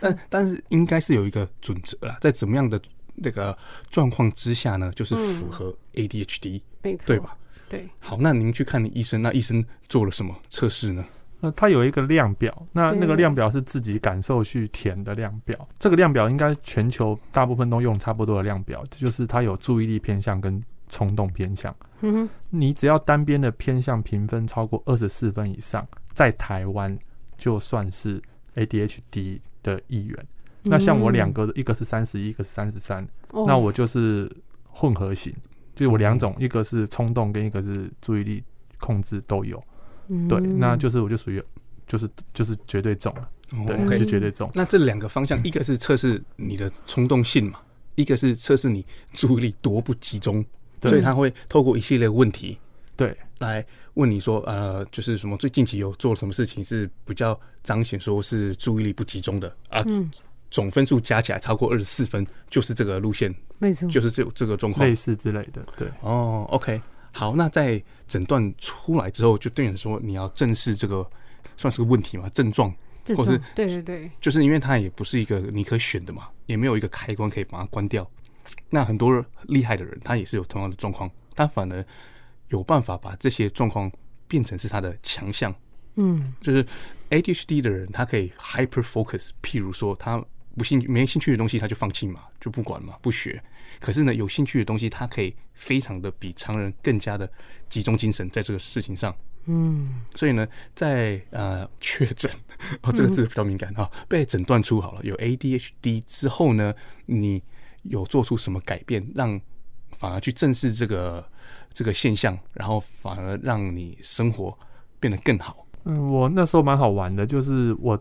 [SPEAKER 5] 但但是应该是有一个准则啦，在怎么样的那个状况之下呢，就是符合 ADHD，、
[SPEAKER 7] 没嗯 错，
[SPEAKER 5] 对？吧？
[SPEAKER 7] 对，
[SPEAKER 5] 好，那您去看医生，那医生做了什么测试呢？
[SPEAKER 9] 那呃它有一个量表，那
[SPEAKER 7] 对
[SPEAKER 9] 那个量表是自己感受去填的量表。这个量表应该全球大部分都用差不多的量表，就是它有注意力偏向跟冲动偏向。
[SPEAKER 7] 嗯哼，
[SPEAKER 9] 你只要单边的偏向评分超过二十四分以上，在台湾就算是 ADHD 的一员。那像
[SPEAKER 7] 嗯
[SPEAKER 9] 我两个，一个是三十，一个是三十三，
[SPEAKER 7] 哦
[SPEAKER 9] 那我就是混合型，就是我两种，一个是冲动跟一个是注意力控制都有。对，
[SPEAKER 7] 嗯
[SPEAKER 9] 那就是我就属于就是就是绝对中了，对，
[SPEAKER 5] 哦 OK
[SPEAKER 9] 就绝对中。
[SPEAKER 5] 那这两个方向，一个是测试你的冲动性嘛，一个是测试你注意力多不集中，
[SPEAKER 9] 对
[SPEAKER 5] 所以他会透过一系列问题
[SPEAKER 9] 对，
[SPEAKER 5] 来问你说，呃，就是什么最近期有做什么事情是比较彰显说是注意力不集中的啊？
[SPEAKER 7] 嗯
[SPEAKER 5] 总分数加起来超过二十四分，就是这个路线，
[SPEAKER 7] 没错，
[SPEAKER 5] 就是这这个状况
[SPEAKER 9] 类。似之类的，对，
[SPEAKER 5] 哦，OK，好，那在诊断出来之后，就对你说你要正视这个算是个问题嘛，症状
[SPEAKER 7] 这
[SPEAKER 5] 或
[SPEAKER 7] 种
[SPEAKER 5] 是
[SPEAKER 7] 对对对，
[SPEAKER 5] 就是因为它也不是一个你可选的嘛，也没有一个开关可以把它关掉。那很多厉害的人，他也是有同样的状况，他反而有办法把这些状况变成是他的强项。
[SPEAKER 7] 嗯，
[SPEAKER 5] 就是 ADHD 的人，他可以 hyper focus，譬如说他不兴没兴趣的东西，他就放弃嘛，就不管嘛，不学。可是呢，有兴趣的东西，他可以非常的比常人更加的集中精神在这个事情上。
[SPEAKER 7] 嗯，
[SPEAKER 5] 所以呢，在呃确诊 哦，
[SPEAKER 9] 嗯
[SPEAKER 5] 这个字比较敏感哈、被诊断出好了有 ADHD 之后呢，你有做出什么改变，让反而去正视这个这个现象，然后反而让你生活变得更好。
[SPEAKER 9] 嗯，我那时候蛮好玩的，就是我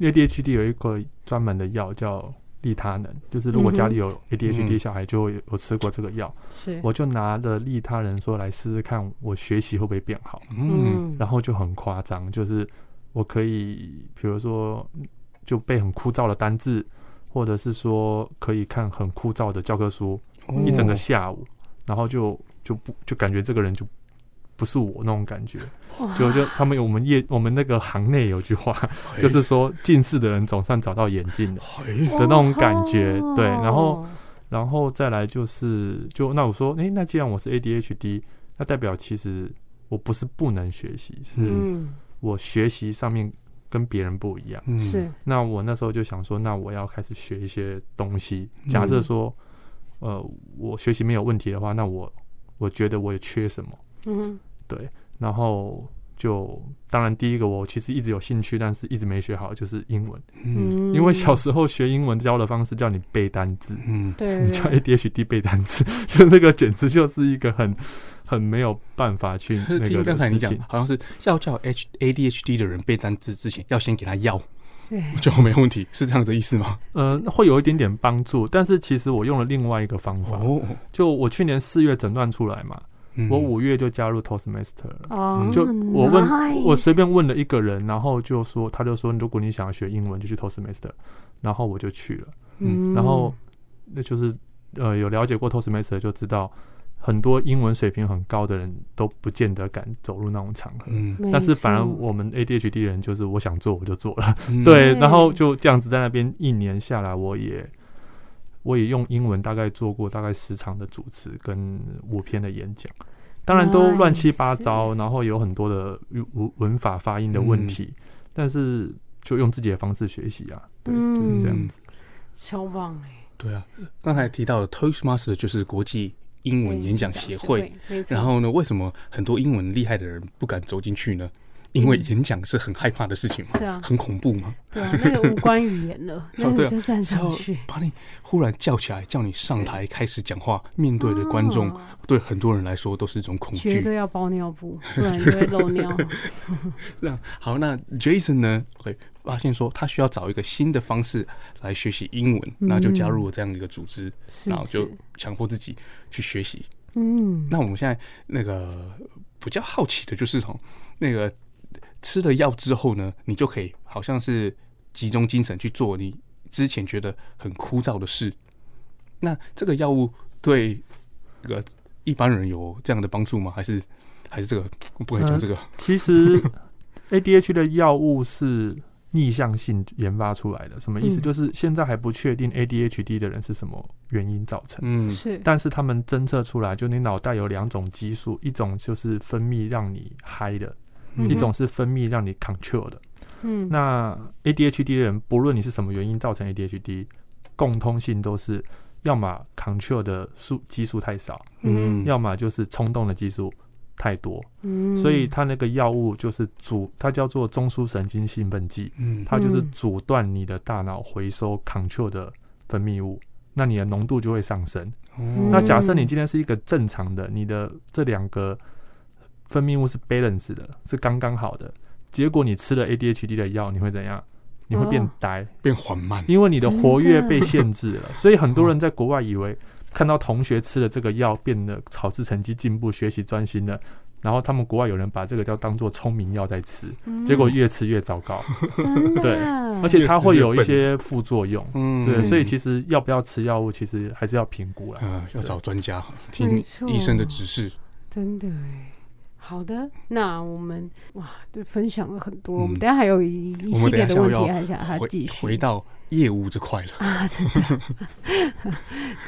[SPEAKER 9] ADHD 有一个专门的药叫利他能，就是如果家里有 ADHD
[SPEAKER 5] 嗯
[SPEAKER 9] 小孩就会有有吃过这个药，
[SPEAKER 7] 是，
[SPEAKER 9] 我就拿了利他能说来试试看我学习会不会变好，
[SPEAKER 5] 嗯
[SPEAKER 7] 嗯，
[SPEAKER 9] 然后就很夸张，就是我可以比如说嗯就背很枯燥的单字，或者是说可以看很枯嗯
[SPEAKER 5] 哦
[SPEAKER 7] 嗯
[SPEAKER 9] 燥的教科书，一整个下午，然后就就不就感觉这个人就不是我那种感觉。就就他们有我们业我们那个行内有句话，就是说近视的人总算找到眼镜了。
[SPEAKER 5] 嘿
[SPEAKER 9] 的那种感觉
[SPEAKER 7] 哦
[SPEAKER 9] 对然后然后再来就是，就那我说，诶、那既然我是 ADHD，那代表其实我不是不能学习，是
[SPEAKER 7] 嗯
[SPEAKER 9] 我学习上面跟别人不一样。
[SPEAKER 5] 嗯
[SPEAKER 7] 是
[SPEAKER 9] 那我那时候就想说，那我要开始学一些东西。
[SPEAKER 5] 嗯
[SPEAKER 9] 假设说，呃，我学习没有问题的话，那我我觉得我有缺什么？
[SPEAKER 7] 嗯
[SPEAKER 9] 对，然后就当然第一个我其实一直有兴趣，但是一直没学好，就是英文。
[SPEAKER 5] 嗯
[SPEAKER 7] 嗯，
[SPEAKER 9] 因为小时候学英文教的方式叫你背单字，
[SPEAKER 5] 嗯
[SPEAKER 7] 对
[SPEAKER 9] 你叫 ADHD 背单词， 就这个简直就是一个很很没有办法去那
[SPEAKER 5] 听
[SPEAKER 9] 个
[SPEAKER 5] 刚才
[SPEAKER 9] 的
[SPEAKER 5] 你
[SPEAKER 9] 事
[SPEAKER 5] 讲
[SPEAKER 9] 情，。
[SPEAKER 5] 好像是要叫 H A D H D 的人背单词之前，要先给他药，
[SPEAKER 7] 对
[SPEAKER 5] 就没问题，是这样的意思吗？
[SPEAKER 9] 呃，会有一点点帮助，但是其实我用了另外一个方法，
[SPEAKER 5] 哦，
[SPEAKER 9] 就我去年四月诊断出来嘛，
[SPEAKER 5] 嗯
[SPEAKER 9] 我五月就加入 Toastmaster 了。
[SPEAKER 7] 哦，
[SPEAKER 9] 就我问
[SPEAKER 7] nice
[SPEAKER 9] 我随便问了一个人，然后就说，他就说，如果你想要学英文，就去 Toastmaster，然后我就去了。
[SPEAKER 7] 嗯
[SPEAKER 9] 然后那就是呃，有了解过 Toastmaster 就知道，很多英文水平很高的人都不见得敢走入那种场合。
[SPEAKER 5] 嗯，
[SPEAKER 7] 没
[SPEAKER 9] 但是反而
[SPEAKER 7] 错
[SPEAKER 9] 我们 ADHD 人就是我想做我就做了，
[SPEAKER 5] 嗯
[SPEAKER 9] 对，
[SPEAKER 7] 对
[SPEAKER 9] 然后就这样子在那边一年下来，我也我也用英文大概做过大概十场的主持跟五篇的演讲，当然都乱七八糟，然后有很多的文文法发音的问题，但是就用自己的方式学习啊，对，就是这样子，
[SPEAKER 7] 超棒哎，
[SPEAKER 5] 对啊，刚才提到的 Toastmaster 就是国际英文演讲协会，，
[SPEAKER 7] 没错
[SPEAKER 5] 然后呢，为什么很多英文厉害的人不敢走进去呢？因为演讲嗯是很害怕的事情嘛，
[SPEAKER 7] 是啊
[SPEAKER 5] 很恐怖嘛，
[SPEAKER 7] 对啊，那个无关语 言的，那
[SPEAKER 5] 对
[SPEAKER 7] 个
[SPEAKER 5] 啊
[SPEAKER 7] 就站
[SPEAKER 5] 然
[SPEAKER 7] 上
[SPEAKER 5] 后
[SPEAKER 7] 去，
[SPEAKER 5] 把你忽然叫起来，叫你上台开始讲话，面对的观众
[SPEAKER 7] 哦，
[SPEAKER 5] 对很多人来说都是一种恐
[SPEAKER 7] 绝
[SPEAKER 5] 惧。
[SPEAKER 7] 对要包尿 布，不然就会漏尿。
[SPEAKER 5] 那好，那 Jason 呢，会发现说他需要找一个新的方式来学习英文，那就加入了这样一个组织，
[SPEAKER 7] 是
[SPEAKER 5] 然后就是强迫自己去学习。
[SPEAKER 7] 嗯，
[SPEAKER 5] 那我们现在那个比较好奇的就是从那个吃了药之后呢，你就可以好像是集中精神去做你之前觉得很枯燥的事。那这个药物对这个一般人有这样的帮助吗？还是还是这个我不敢讲这个？
[SPEAKER 9] 其实 ADH 的药物是逆向性研发出来的，什么意思？
[SPEAKER 7] 嗯
[SPEAKER 9] 就是现在还不确定 ADHD 的人是什么原因造成。
[SPEAKER 5] 嗯
[SPEAKER 7] 是
[SPEAKER 9] 但是他们侦测出来，就你脑袋有两种激素，一种就是分泌让你嗨的，
[SPEAKER 7] 嗯
[SPEAKER 9] 一种是分泌让你 control 的。
[SPEAKER 7] 嗯
[SPEAKER 9] 那 ADHD 的人，不论你是什么原因造成 ADHD，共通性都是要么 control 的数激素太少，
[SPEAKER 5] 嗯，
[SPEAKER 9] 要么就是冲动的激素太多。
[SPEAKER 7] 嗯，
[SPEAKER 9] 所以它那个药物就是阻，它叫做中枢神经兴奋剂，
[SPEAKER 5] 嗯
[SPEAKER 9] 它就是
[SPEAKER 7] 嗯
[SPEAKER 9] 阻断你的大脑回收 control 的分泌物，那你的浓度就会上升。
[SPEAKER 5] 哦
[SPEAKER 9] 那假设
[SPEAKER 7] 嗯
[SPEAKER 9] 你今天是一个正常的，你的这两个分泌物是 balance 的，是刚刚好的，结果你吃了 ADHD 的药，你会怎样？你会变
[SPEAKER 7] 哦
[SPEAKER 9] 呆，
[SPEAKER 5] 变缓慢，
[SPEAKER 9] 因为你的
[SPEAKER 7] 真
[SPEAKER 9] 活跃
[SPEAKER 7] 的哦
[SPEAKER 9] 被限制了。所以很多人在国外以为看到同学吃了这个药，变得考试成绩进步、学习专心了，然后他们国外有人把这个药当做聪明药在吃，结果越吃越糟糕，
[SPEAKER 7] 嗯 真
[SPEAKER 9] 对
[SPEAKER 7] 的啊，
[SPEAKER 9] 而且它会有一些副作用。
[SPEAKER 5] 嗯
[SPEAKER 9] 对，所以其实要不要吃药物，其实还是要评估啦。
[SPEAKER 5] 呃要找专家
[SPEAKER 7] 没
[SPEAKER 5] 听
[SPEAKER 7] 错
[SPEAKER 5] 医生的指示。
[SPEAKER 7] 真的哎。好的，那我们哇，对，分享了很多，
[SPEAKER 5] 嗯
[SPEAKER 7] 我们等一下还有一一
[SPEAKER 5] 我
[SPEAKER 7] 系
[SPEAKER 5] 们等一
[SPEAKER 7] 列的
[SPEAKER 5] 下
[SPEAKER 7] 问题，还想
[SPEAKER 5] 要
[SPEAKER 7] 还
[SPEAKER 5] 回
[SPEAKER 7] 继续
[SPEAKER 5] 回到业务这块了，
[SPEAKER 7] 啊，真的，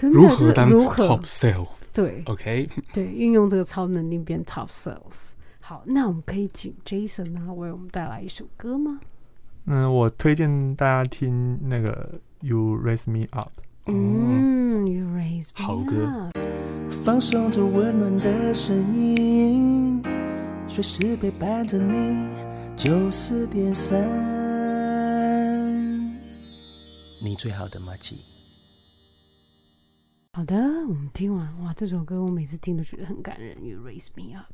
[SPEAKER 7] 真的
[SPEAKER 5] 如何
[SPEAKER 7] 就是
[SPEAKER 5] 当
[SPEAKER 7] 如何
[SPEAKER 5] top sales？
[SPEAKER 7] 对
[SPEAKER 5] OK，
[SPEAKER 7] 对，运用这个超能力变 top sales。好，那我们可以请 Jason 呢为我们带来一首歌吗？
[SPEAKER 9] 嗯，我推荐大家听那个《You Raise Me Up》。
[SPEAKER 7] 嗯，You raise
[SPEAKER 5] 哦
[SPEAKER 7] me
[SPEAKER 5] 好歌
[SPEAKER 7] up
[SPEAKER 8] 放松着温暖的声音，随时陪伴着你。九四点三，你最好的马吉。
[SPEAKER 7] 好的，我们听完哇，这首歌我每次听都觉得很感人。You raise me up。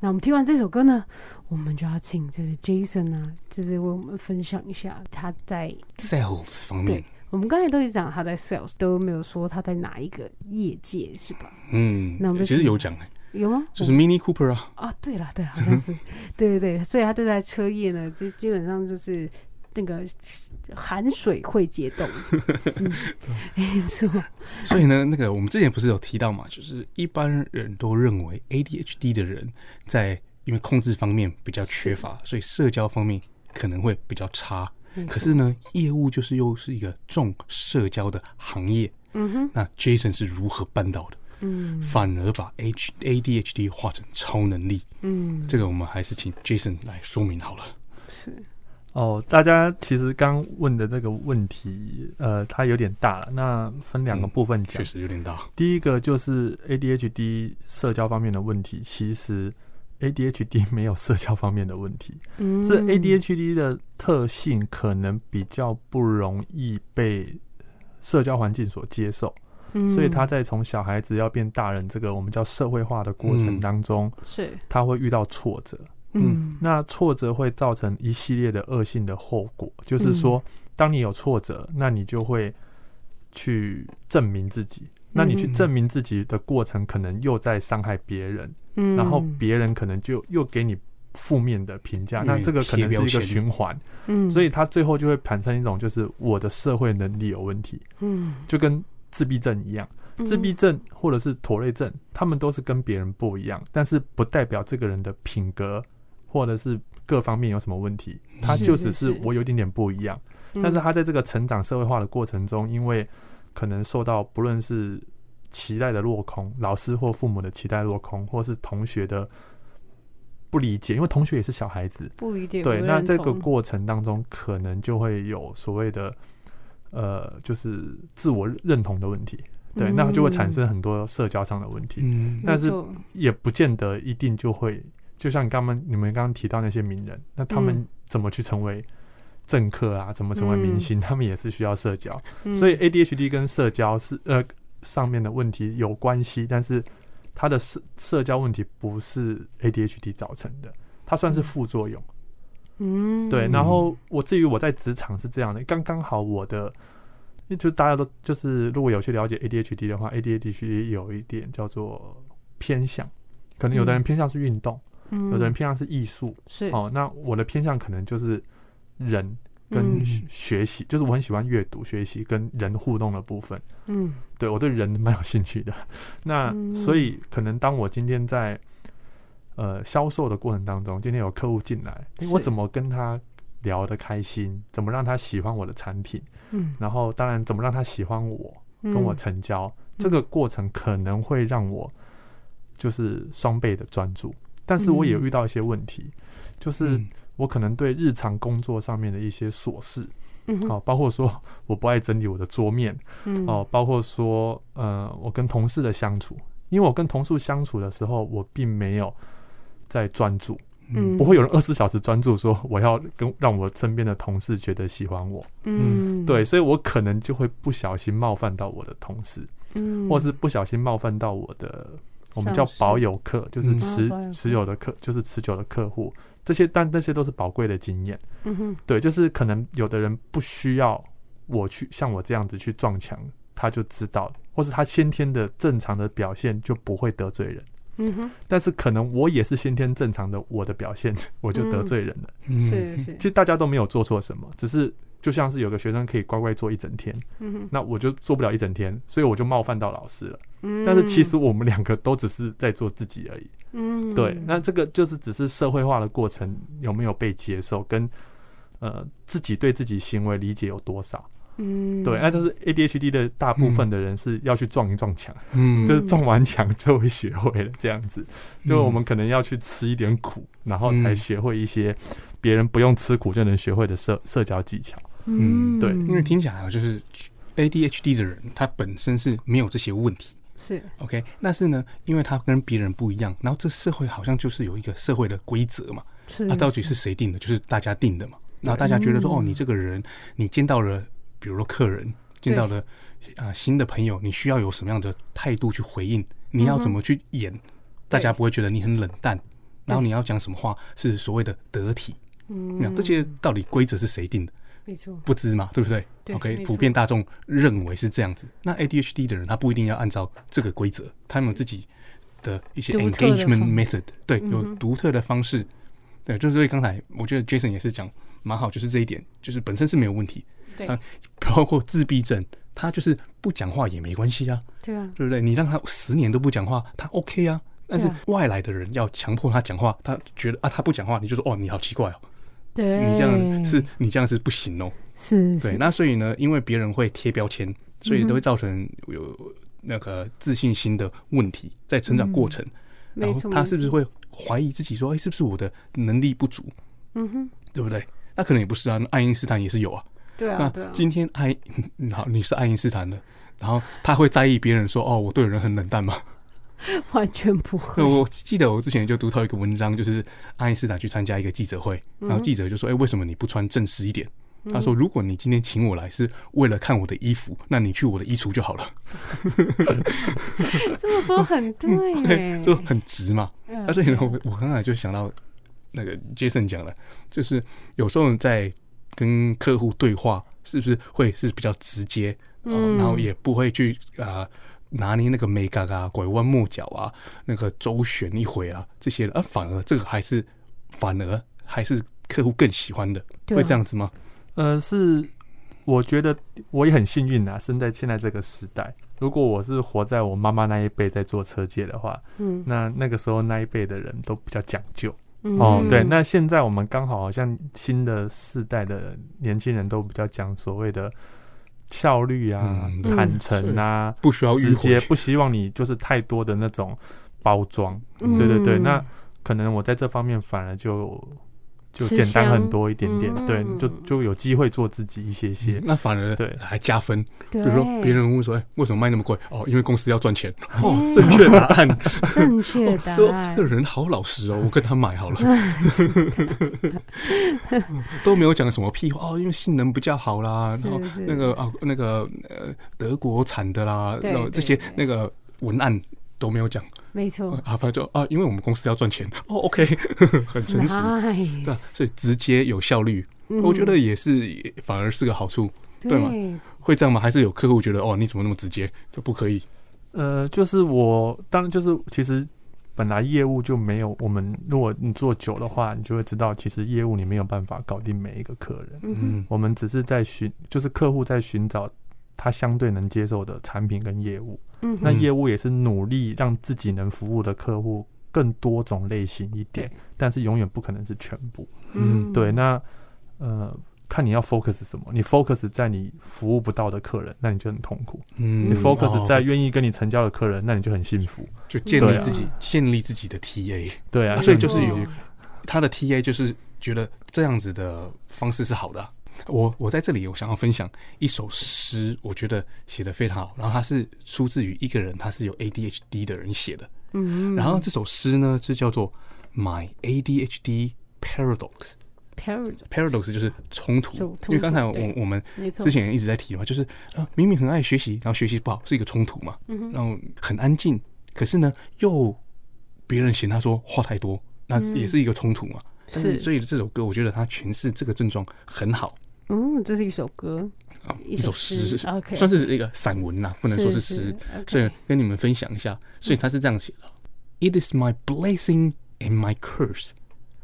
[SPEAKER 7] 那我们听完这首歌呢，我们就要请就是 Jason 啊，就是为我们分享一下他在
[SPEAKER 5] sales 方面
[SPEAKER 7] 对，我们刚才都一直讲他在 sales，都没有说他在哪一个业界是吧？
[SPEAKER 5] 嗯
[SPEAKER 7] 那我，们嗯
[SPEAKER 5] 其
[SPEAKER 7] 是
[SPEAKER 5] 实有讲，
[SPEAKER 7] 有吗？哦
[SPEAKER 5] 就是 Mini Cooper 啊，
[SPEAKER 7] 啊，对了，对，好像是，对对对，所以他就在车业呢，就基本上就是那个含水会解 冻，嗯没错，
[SPEAKER 5] 所以呢，那个我们之前不是有提到嘛，就是一般人都认为 ADHD 的人在因为控制方面比较缺乏，所以社交方面可能会比较差。可是呢，业务就是又是一个重社交的行业。嗯哼，那 Jason 是如何办到的？嗯，反而把 H ADHD 化成超能力。嗯，这个我们还是请 Jason 来说明好了。
[SPEAKER 7] 是
[SPEAKER 9] 哦，大家其实刚问的这个问题，呃，它有点大了，那分两个
[SPEAKER 5] 嗯
[SPEAKER 9] 部分讲。
[SPEAKER 5] 确实有点大。
[SPEAKER 9] 第一个就是 ADHD 社交方面的问题，其实 ADHD 没有社交方面的问题，
[SPEAKER 7] 嗯
[SPEAKER 9] 是 ADHD 的特性可能比较不容易被社交环境所接受，
[SPEAKER 7] 嗯
[SPEAKER 9] 所以他在从小孩子要变大人这个我们叫社会化的过程
[SPEAKER 5] 嗯
[SPEAKER 9] 当中，
[SPEAKER 7] 是
[SPEAKER 9] 他会遇到挫折，
[SPEAKER 7] 嗯
[SPEAKER 9] 那挫折会造成一系列的恶性的后果，就是
[SPEAKER 7] 嗯
[SPEAKER 9] 说，当你有挫折，那你就会去证明自己。那你去证明自己的过程，可能又在伤害别人，
[SPEAKER 7] 嗯，
[SPEAKER 9] 然后别人可能就又给你负面的评价，
[SPEAKER 5] 嗯
[SPEAKER 9] 那这个可能是
[SPEAKER 5] 贴
[SPEAKER 9] 一个
[SPEAKER 5] 标签
[SPEAKER 9] 循环，
[SPEAKER 7] 嗯，
[SPEAKER 9] 所以他最后就会产生一种就是我的社会能力有问题，
[SPEAKER 7] 嗯
[SPEAKER 9] 就跟自闭症一样。自闭症或者是妥瑞症，他们都是跟别人不一样，但是不代表这个人的品格或者是各方面有什么问题，他就只是
[SPEAKER 7] 嗯是是嗯
[SPEAKER 9] 我有一点点不一样。但是他在这个成长社会化的过程中，因为可能受到不论是期待的落空，老师或父母的期待落空，或是同学的不理解，因为同学也是小孩子，
[SPEAKER 7] 不一定
[SPEAKER 9] 对，
[SPEAKER 7] 不
[SPEAKER 9] 那
[SPEAKER 7] 认
[SPEAKER 9] 这个
[SPEAKER 7] 同
[SPEAKER 9] 过程当中，可能就会有所谓的呃，就是自我认同的问题。对，那就会产生很多社交上的问题，
[SPEAKER 5] 嗯，
[SPEAKER 9] 但是
[SPEAKER 7] 嗯没错
[SPEAKER 9] 也不见得一定就会，就像刚刚你们刚刚提到那些名人，那他们
[SPEAKER 7] 嗯
[SPEAKER 9] 怎么去成为政客啊，怎么成为明星，他们也是需要社交，
[SPEAKER 7] 嗯
[SPEAKER 9] 所以 ADHD 跟社交是呃上面的问题有关系，但是它的社社交问题不是 ADHD 造成的，它算是副作用。
[SPEAKER 7] 嗯
[SPEAKER 9] 对，然后我至于我在职场是这样的，刚刚好我的，因为就大家都就是如果有去了解 ADHD 的话，ADHD 有一点叫做偏向，可能有的
[SPEAKER 7] 嗯
[SPEAKER 9] 人偏向是运动，有的人偏向是艺术，
[SPEAKER 7] 是
[SPEAKER 9] 哦，那我的偏向可能就是人跟
[SPEAKER 7] 嗯
[SPEAKER 9] 学学习，就是我很喜欢阅读、学习跟人互动的部分。
[SPEAKER 7] 嗯
[SPEAKER 9] 对我对人蛮有兴趣的。那、所以可能当我今天在呃销售的过程当中，今天有客户进来，诶我
[SPEAKER 7] 是
[SPEAKER 9] 怎么跟他聊得开心？怎么让他喜欢我的产品？
[SPEAKER 7] 嗯，
[SPEAKER 9] 然后当然怎么让他喜欢我，跟我
[SPEAKER 7] 嗯
[SPEAKER 9] 成交，这个过程可能会让我就是双倍的专注。但是我也有
[SPEAKER 7] 嗯
[SPEAKER 9] 遇到一些问题，就是
[SPEAKER 5] 嗯
[SPEAKER 9] 我可能对日常工作上面的一些琐事，
[SPEAKER 7] 嗯哼
[SPEAKER 9] 好、包括说我不爱整理我的桌面，
[SPEAKER 7] 嗯
[SPEAKER 9] 哦，包括说，呃，我跟同事的相处，因为我跟同事相处的时候，我并没有在专注，
[SPEAKER 7] 嗯
[SPEAKER 9] 不会有人二十四小时专注，说我要跟让我身边的同事觉得喜欢我，
[SPEAKER 7] 嗯
[SPEAKER 9] 对，所以我可能就会不小心冒犯到我的同事，
[SPEAKER 7] 嗯
[SPEAKER 9] 或是不小心冒犯到我的，我们叫
[SPEAKER 7] 上司哦
[SPEAKER 9] 保有客，就是
[SPEAKER 5] 嗯
[SPEAKER 9] 持
[SPEAKER 7] 保有客
[SPEAKER 9] 持有的客，就是持久的客户，这些但那些都是宝贵的经验。
[SPEAKER 7] 嗯哼
[SPEAKER 9] 对，就是可能有的人不需要我去像我这样子去撞墙，他就知道，或是他先天的正常的表现就不会得罪人。
[SPEAKER 7] 嗯哼
[SPEAKER 9] 但是可能我也是先天正常的，我的表现 我就得罪人了。
[SPEAKER 5] 嗯
[SPEAKER 7] 是是
[SPEAKER 9] 其实大家都没有做错什么，只是就像是有个学生可以乖乖做一整天，
[SPEAKER 7] 嗯
[SPEAKER 9] 那我就做不了一整天，所以我就冒犯到老师了。
[SPEAKER 7] 哼，
[SPEAKER 9] 但是其实我们两个都只是在做自己而已。
[SPEAKER 7] 嗯
[SPEAKER 9] 对，那这个就是只是社会化的过程有没有被接受，跟呃自己对自己行为理解有多少。
[SPEAKER 7] 嗯
[SPEAKER 9] 对，那就是 ADHD 的大部分的人是要去撞一撞墙，
[SPEAKER 5] 嗯
[SPEAKER 9] 就是撞完墙就会学会了这样子。就我们可能要去吃一点苦，然后才
[SPEAKER 5] 嗯
[SPEAKER 9] 学会一些别人不用吃苦就能学会的社社交技巧。
[SPEAKER 5] 嗯
[SPEAKER 9] 对
[SPEAKER 5] 因为听起来啊，就是 ADHD 的人，他本身是没有这些问题。
[SPEAKER 7] 是
[SPEAKER 5] OK，但是呢，因为他跟别人不一样，然后这社会好像就是有一个社会的规则嘛，
[SPEAKER 7] 是
[SPEAKER 5] 那、
[SPEAKER 9] 啊
[SPEAKER 5] 到底是谁定的？就是大家定的嘛。然后大家觉得说，哦，你这个人，你见到了，比如说客人，见到了啊、新的朋友，你需要有什么样的态度去回应？你要怎么去演？大家不会觉得你很冷淡。然后你要讲什么话是所谓的得体？那这些到底规则是谁定的？
[SPEAKER 7] 嗯没错
[SPEAKER 5] 不知嘛，对不对
[SPEAKER 7] 对
[SPEAKER 5] o k
[SPEAKER 7] 没错
[SPEAKER 5] 普遍大众认为是这样子。那 ADHD 的人，他不一定要按照这个规则，他们有自己的一些
[SPEAKER 7] 独特的嗯
[SPEAKER 5] engagement
[SPEAKER 7] 方
[SPEAKER 5] method，对，有独特的方式。对，就是所以刚才我觉得 Jason 也是讲蛮好，就是这一点，就是本身是没有问题。
[SPEAKER 4] 对
[SPEAKER 5] 啊，包括自闭症，他就是不讲话也没关系啊，
[SPEAKER 7] 对啊，
[SPEAKER 5] 对不对？你让他十年都不讲话，他 OK 啊。但是
[SPEAKER 7] 对啊
[SPEAKER 5] 外来的人要强迫他讲话，他觉得啊，他不讲话，你就说哦，你好奇怪哦，
[SPEAKER 7] 对，
[SPEAKER 5] 你这样是你这样是不行哦。
[SPEAKER 7] 是
[SPEAKER 5] 对，
[SPEAKER 7] 是，嗯
[SPEAKER 5] 那所以呢，因为别人会贴标签，所以都会造成有那个自信心的问题，在成长过程，然
[SPEAKER 7] 嗯没
[SPEAKER 5] 后
[SPEAKER 7] 错，
[SPEAKER 5] 他
[SPEAKER 7] 没
[SPEAKER 5] 是不是
[SPEAKER 7] 错
[SPEAKER 5] 会怀疑自己说，哎、是不是我的能力不足？
[SPEAKER 7] 嗯哼，
[SPEAKER 5] 对不对？那可能也不是啊，那爱因斯坦也是有啊。
[SPEAKER 7] 对啊，对
[SPEAKER 5] 那
[SPEAKER 7] 啊，
[SPEAKER 5] 今天爱， 好，你是爱因斯坦的，然后他会在意别人说，哦，我对人很冷淡吗？
[SPEAKER 7] 完全不会
[SPEAKER 5] 那，我记得我之前就读到一个文章，就是爱因斯坦去参加一个记者会，然后记者就说：“哎、为什么你不穿正式一点？”他说：“如果你今天请我来是为了看我的衣服，那你去我的衣橱就好了。
[SPEAKER 7] 这么说很嗯对 耶，
[SPEAKER 5] 就很直嘛。
[SPEAKER 7] 嗯
[SPEAKER 5] 那所以呢，我我刚才就想到那个 Jason 讲了，就是有时候在跟客户对话，是不是会是比较直接，呃
[SPEAKER 7] 嗯
[SPEAKER 5] 然后也不会去啊拿捏那个美感啊、拐弯抹角啊、那个周旋一回啊这些的，而、反而这个还是反而还是客户更喜欢的，
[SPEAKER 7] 对啊
[SPEAKER 5] 会这样子吗？
[SPEAKER 9] 呃，是我觉得我也很幸运啊，生在现在这个时代。如果我是活在我妈妈那一辈在做车界的话，
[SPEAKER 7] 嗯
[SPEAKER 9] 那那个时候那一辈的人都比较讲究、
[SPEAKER 7] 嗯
[SPEAKER 9] 哦。对，那现在我们刚好好像新的世代的年轻人都比较讲所谓的效率啊、
[SPEAKER 5] 嗯
[SPEAKER 9] 坦诚啊、
[SPEAKER 5] 不需要迂
[SPEAKER 9] 直接
[SPEAKER 5] 回，
[SPEAKER 9] 不希望你就是太多的那种包装。
[SPEAKER 7] 嗯
[SPEAKER 9] 对对对，那可能我在这方面反而就就
[SPEAKER 7] 吃
[SPEAKER 9] 简单
[SPEAKER 7] 香
[SPEAKER 9] 很多一点点，
[SPEAKER 7] 嗯
[SPEAKER 9] 对，就就有机会做自己一些些。
[SPEAKER 5] 那反而
[SPEAKER 9] 对
[SPEAKER 5] 还加分。
[SPEAKER 7] 比
[SPEAKER 5] 比如说别人问说：“哎、为什么卖那么贵？”哦，因为公司要赚钱。哦，正确答案。
[SPEAKER 7] 正 确答
[SPEAKER 5] 就
[SPEAKER 7] 案
[SPEAKER 5] 哦这个，人好老实哦，我跟他买好 了，嗯都没有讲什么屁话哦，因为性能比较好啦，
[SPEAKER 7] 是
[SPEAKER 5] 然后
[SPEAKER 7] 是
[SPEAKER 5] 那个啊那个呃德国产的啦，
[SPEAKER 7] 对
[SPEAKER 5] 然后这
[SPEAKER 7] 对哦
[SPEAKER 5] 些
[SPEAKER 7] 对
[SPEAKER 5] 那个文案都没有讲
[SPEAKER 7] 没错
[SPEAKER 9] 哦
[SPEAKER 5] 啊，反正就啊，因为我们公司要赚钱哦，OK，很 诚实，对啊，
[SPEAKER 7] ，nice，嗯
[SPEAKER 5] 所以直接有效率，我觉得也是也反而是个好处，对吗
[SPEAKER 7] 对
[SPEAKER 5] 会这样吗？还是有客户觉得哦你怎么那么直接，就不可以？嗯
[SPEAKER 9] 呃，就是我当然就是其实本来业务就没有我们，如果你做久的话，你就会知道，其实业务你没有办法搞定每一个客人，
[SPEAKER 5] 嗯
[SPEAKER 9] 我们只是在寻，就是客户在寻找他相对能接受的产品跟业务。
[SPEAKER 7] 嗯
[SPEAKER 9] 那业务也是努力让自己能服务的客户更多种类型一点，但是永远不可能是全部。
[SPEAKER 5] 嗯
[SPEAKER 9] 对，那呃，看你要 focus 什么，你 focus 在你服务不到的客人，那你就很痛苦；
[SPEAKER 5] 嗯
[SPEAKER 9] 你 focus 在
[SPEAKER 5] 哦
[SPEAKER 9] 愿意跟你成交的客人，那你就很幸福。
[SPEAKER 5] 就建
[SPEAKER 9] 对
[SPEAKER 5] 立
[SPEAKER 9] 啊
[SPEAKER 5] 自己建立自己的 TA。
[SPEAKER 9] 对啊，
[SPEAKER 5] 所以就是
[SPEAKER 9] 很
[SPEAKER 5] 有他的 TA 就是觉得这样子的方式是好的啊、我我在这里我想要分享一首诗，我觉得写的非常好。然后它是出自于一个人，他是有 ADHD 的人写的。嗯，然后这首诗呢是叫做《My ADHD Paradox》。
[SPEAKER 7] ，parrot，
[SPEAKER 5] Paradox 就是冲突，
[SPEAKER 7] 冲突
[SPEAKER 5] 因为刚才我
[SPEAKER 7] 对
[SPEAKER 5] 我们
[SPEAKER 7] 没错
[SPEAKER 5] 之前一直在提嘛，就是啊，明明很爱学习，然后学习不好是一个冲突嘛，然后很安静，可是呢又别人嫌他说话太多，那也是一个冲突嘛。但嗯是
[SPEAKER 7] 是
[SPEAKER 5] 所以这首歌我觉得它诠释这个症状很好
[SPEAKER 7] 嗯，这是一首歌，
[SPEAKER 5] 啊，
[SPEAKER 7] 一
[SPEAKER 5] 一
[SPEAKER 7] 首
[SPEAKER 5] 首
[SPEAKER 7] 诗
[SPEAKER 5] 诗
[SPEAKER 7] OK
[SPEAKER 5] 算是一个散文呐，不能说是诗，
[SPEAKER 7] ，OK
[SPEAKER 5] 所以跟你们分享一下。所以他是这样写的：It is my blessing and my curse。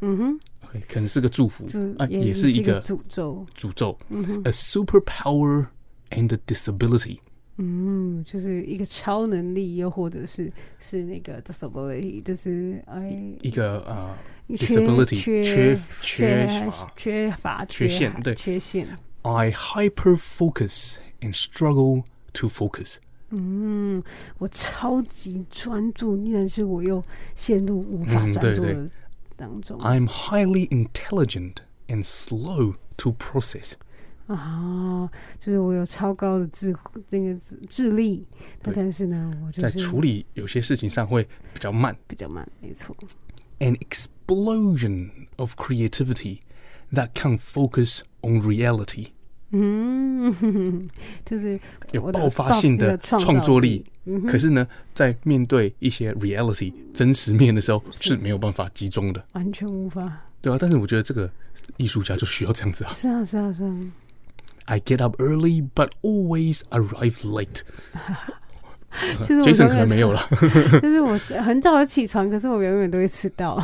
[SPEAKER 7] 嗯哼，
[SPEAKER 5] OK，可能是个祝福
[SPEAKER 7] 就
[SPEAKER 5] 啊，
[SPEAKER 7] 也
[SPEAKER 5] 也是一
[SPEAKER 7] 一
[SPEAKER 5] 个
[SPEAKER 7] 诅咒，
[SPEAKER 5] 诅咒、a superpower and a disability。
[SPEAKER 7] 嗯，就是一个超能力，又或者是是那个 disability，就是哎，
[SPEAKER 5] 一个呃
[SPEAKER 7] 缺
[SPEAKER 5] disability
[SPEAKER 7] 缺
[SPEAKER 5] 缺乏
[SPEAKER 7] 缺乏
[SPEAKER 5] 缺陷
[SPEAKER 7] 憾
[SPEAKER 5] 对
[SPEAKER 7] 缺陷，
[SPEAKER 5] ，I hyper focus and struggle to focus。
[SPEAKER 7] 嗯，我超级专注，但是我又陷入无法
[SPEAKER 5] 嗯
[SPEAKER 7] 专
[SPEAKER 5] 对
[SPEAKER 7] 注
[SPEAKER 5] 对
[SPEAKER 7] 的当中、
[SPEAKER 5] I'm highly intelligent and slow to process。
[SPEAKER 7] 啊，就是我有超高的智慧那个智智力，但
[SPEAKER 5] 对
[SPEAKER 7] 但是呢，我就
[SPEAKER 5] 在
[SPEAKER 7] 是
[SPEAKER 5] 处理有些事情上会比较慢。
[SPEAKER 7] 比较慢，没错，
[SPEAKER 5] An explosion of creativity that can focus on reality。
[SPEAKER 7] 嗯，就是
[SPEAKER 5] 有
[SPEAKER 7] 我的
[SPEAKER 5] 爆发性
[SPEAKER 7] 的
[SPEAKER 5] 的创作力，可是呢，在面对一些 reality 真实面的时候是没有办法集中的，
[SPEAKER 7] 完全无法。
[SPEAKER 5] 对啊，但是我觉得这个艺术家就需要这样子啊。
[SPEAKER 7] 是啊，是啊，是 啊，
[SPEAKER 5] I get up early, but always arrive late。
[SPEAKER 7] 其实我
[SPEAKER 5] Jason
[SPEAKER 7] 永
[SPEAKER 5] 可能
[SPEAKER 7] 远
[SPEAKER 5] 没有了。
[SPEAKER 7] 就是我很早就起床，可是我永远都会迟到。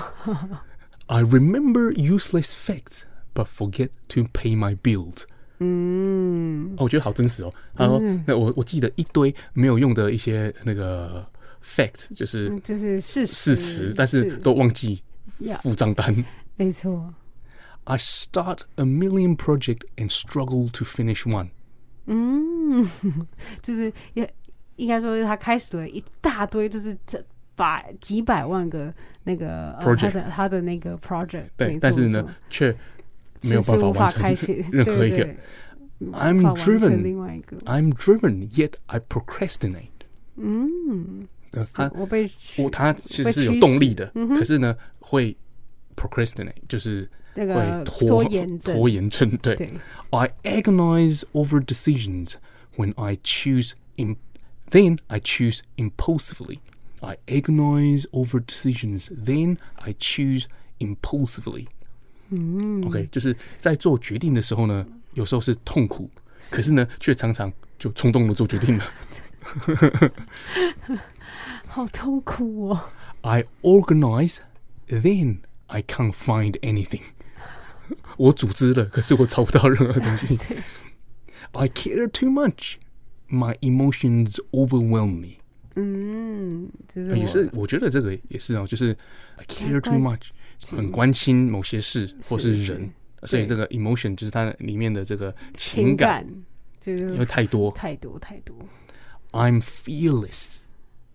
[SPEAKER 5] I remember useless facts, but forget to pay my bills。
[SPEAKER 7] 嗯 Mm.
[SPEAKER 5] 哦，我觉得好真实哦。他说，那我我记得一堆没有用的一些那个 fact，就是
[SPEAKER 7] 嗯，就是事
[SPEAKER 5] 事
[SPEAKER 7] 实，
[SPEAKER 5] 实，但是都忘记
[SPEAKER 7] 呀
[SPEAKER 5] 付账单。
[SPEAKER 7] 没错，
[SPEAKER 5] I start a million project and struggle to finish one。
[SPEAKER 7] 嗯， 就是也应该说他开始了一大堆，就是这百几百万个那个、呃、他
[SPEAKER 5] Project
[SPEAKER 7] 的他的那个 project，
[SPEAKER 5] 对
[SPEAKER 7] 没错，
[SPEAKER 5] 但是
[SPEAKER 7] 没错
[SPEAKER 5] 呢，却没有
[SPEAKER 7] 迟迟
[SPEAKER 5] 办法
[SPEAKER 7] 无
[SPEAKER 5] 完
[SPEAKER 7] 法
[SPEAKER 5] 成
[SPEAKER 7] 开启
[SPEAKER 5] 任何一
[SPEAKER 7] 对
[SPEAKER 5] 个
[SPEAKER 7] 对。
[SPEAKER 5] I'm
[SPEAKER 7] 无法完成
[SPEAKER 5] driven
[SPEAKER 7] 另外一个，
[SPEAKER 5] I'm driven, yet I procrastinate。
[SPEAKER 7] 嗯，
[SPEAKER 5] 呃
[SPEAKER 7] 是
[SPEAKER 5] 他
[SPEAKER 7] 我被
[SPEAKER 5] 我他其实
[SPEAKER 7] 被
[SPEAKER 5] 是有
[SPEAKER 7] 驱
[SPEAKER 5] 动力
[SPEAKER 7] 使
[SPEAKER 5] 的，
[SPEAKER 7] 嗯哼
[SPEAKER 5] 可是呢会 procrastinate，就是
[SPEAKER 7] 那
[SPEAKER 5] 会
[SPEAKER 7] 个
[SPEAKER 5] 拖
[SPEAKER 7] 呃延症，
[SPEAKER 5] 拖延症。对
[SPEAKER 7] 对
[SPEAKER 5] I agonize over decisions when I choose im then I choose impulsively. I agonize over decisions, then I choose impulsively. 嗯，OK，就是在做决定的时候呢，有时候是痛苦，可是呢，却常常就冲动的做决定了。
[SPEAKER 7] 好痛苦哦。
[SPEAKER 5] I organize, then I can't find anything. 我组织了，可是我找不到任何东西。I care too much. My emotions overwhelm me.
[SPEAKER 7] 嗯，就是
[SPEAKER 5] 呃也
[SPEAKER 7] 我
[SPEAKER 5] 是，我觉得这个也是哦，就是 I care
[SPEAKER 7] 难
[SPEAKER 5] too
[SPEAKER 7] 怪
[SPEAKER 5] much，很关心某些事或是
[SPEAKER 7] 是
[SPEAKER 5] 人，所以
[SPEAKER 7] 对
[SPEAKER 5] 这个 emotion 就是它里面的这个情
[SPEAKER 7] 情
[SPEAKER 5] 感，
[SPEAKER 7] 感就
[SPEAKER 5] 因为
[SPEAKER 7] 是
[SPEAKER 5] 太多。
[SPEAKER 7] 太多太多。
[SPEAKER 5] I'm fearless,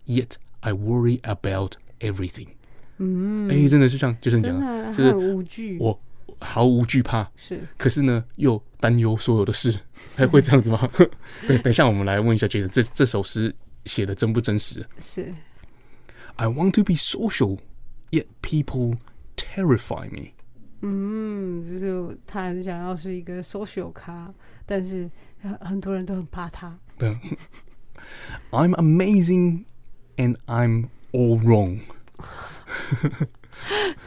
[SPEAKER 5] yet I worry about everything.
[SPEAKER 7] 嗯，
[SPEAKER 5] 哎、真的就像就是你讲
[SPEAKER 7] 真
[SPEAKER 5] 的，
[SPEAKER 7] 的
[SPEAKER 5] 就是
[SPEAKER 7] 很无惧，
[SPEAKER 5] 我毫无惧怕，
[SPEAKER 7] 是
[SPEAKER 5] 可是呢，又担忧所有的事，还会这样子吗？ 对，等一下我们来问一下 Jaden，这这首诗写的真不真实
[SPEAKER 7] 是，
[SPEAKER 5] ？I want to be social, yet people terrify me。
[SPEAKER 7] 嗯，就是他很想要是一个 social 咖，但是很很多人都很怕他。
[SPEAKER 5] 对 I'm amazing, and I'm all wrong。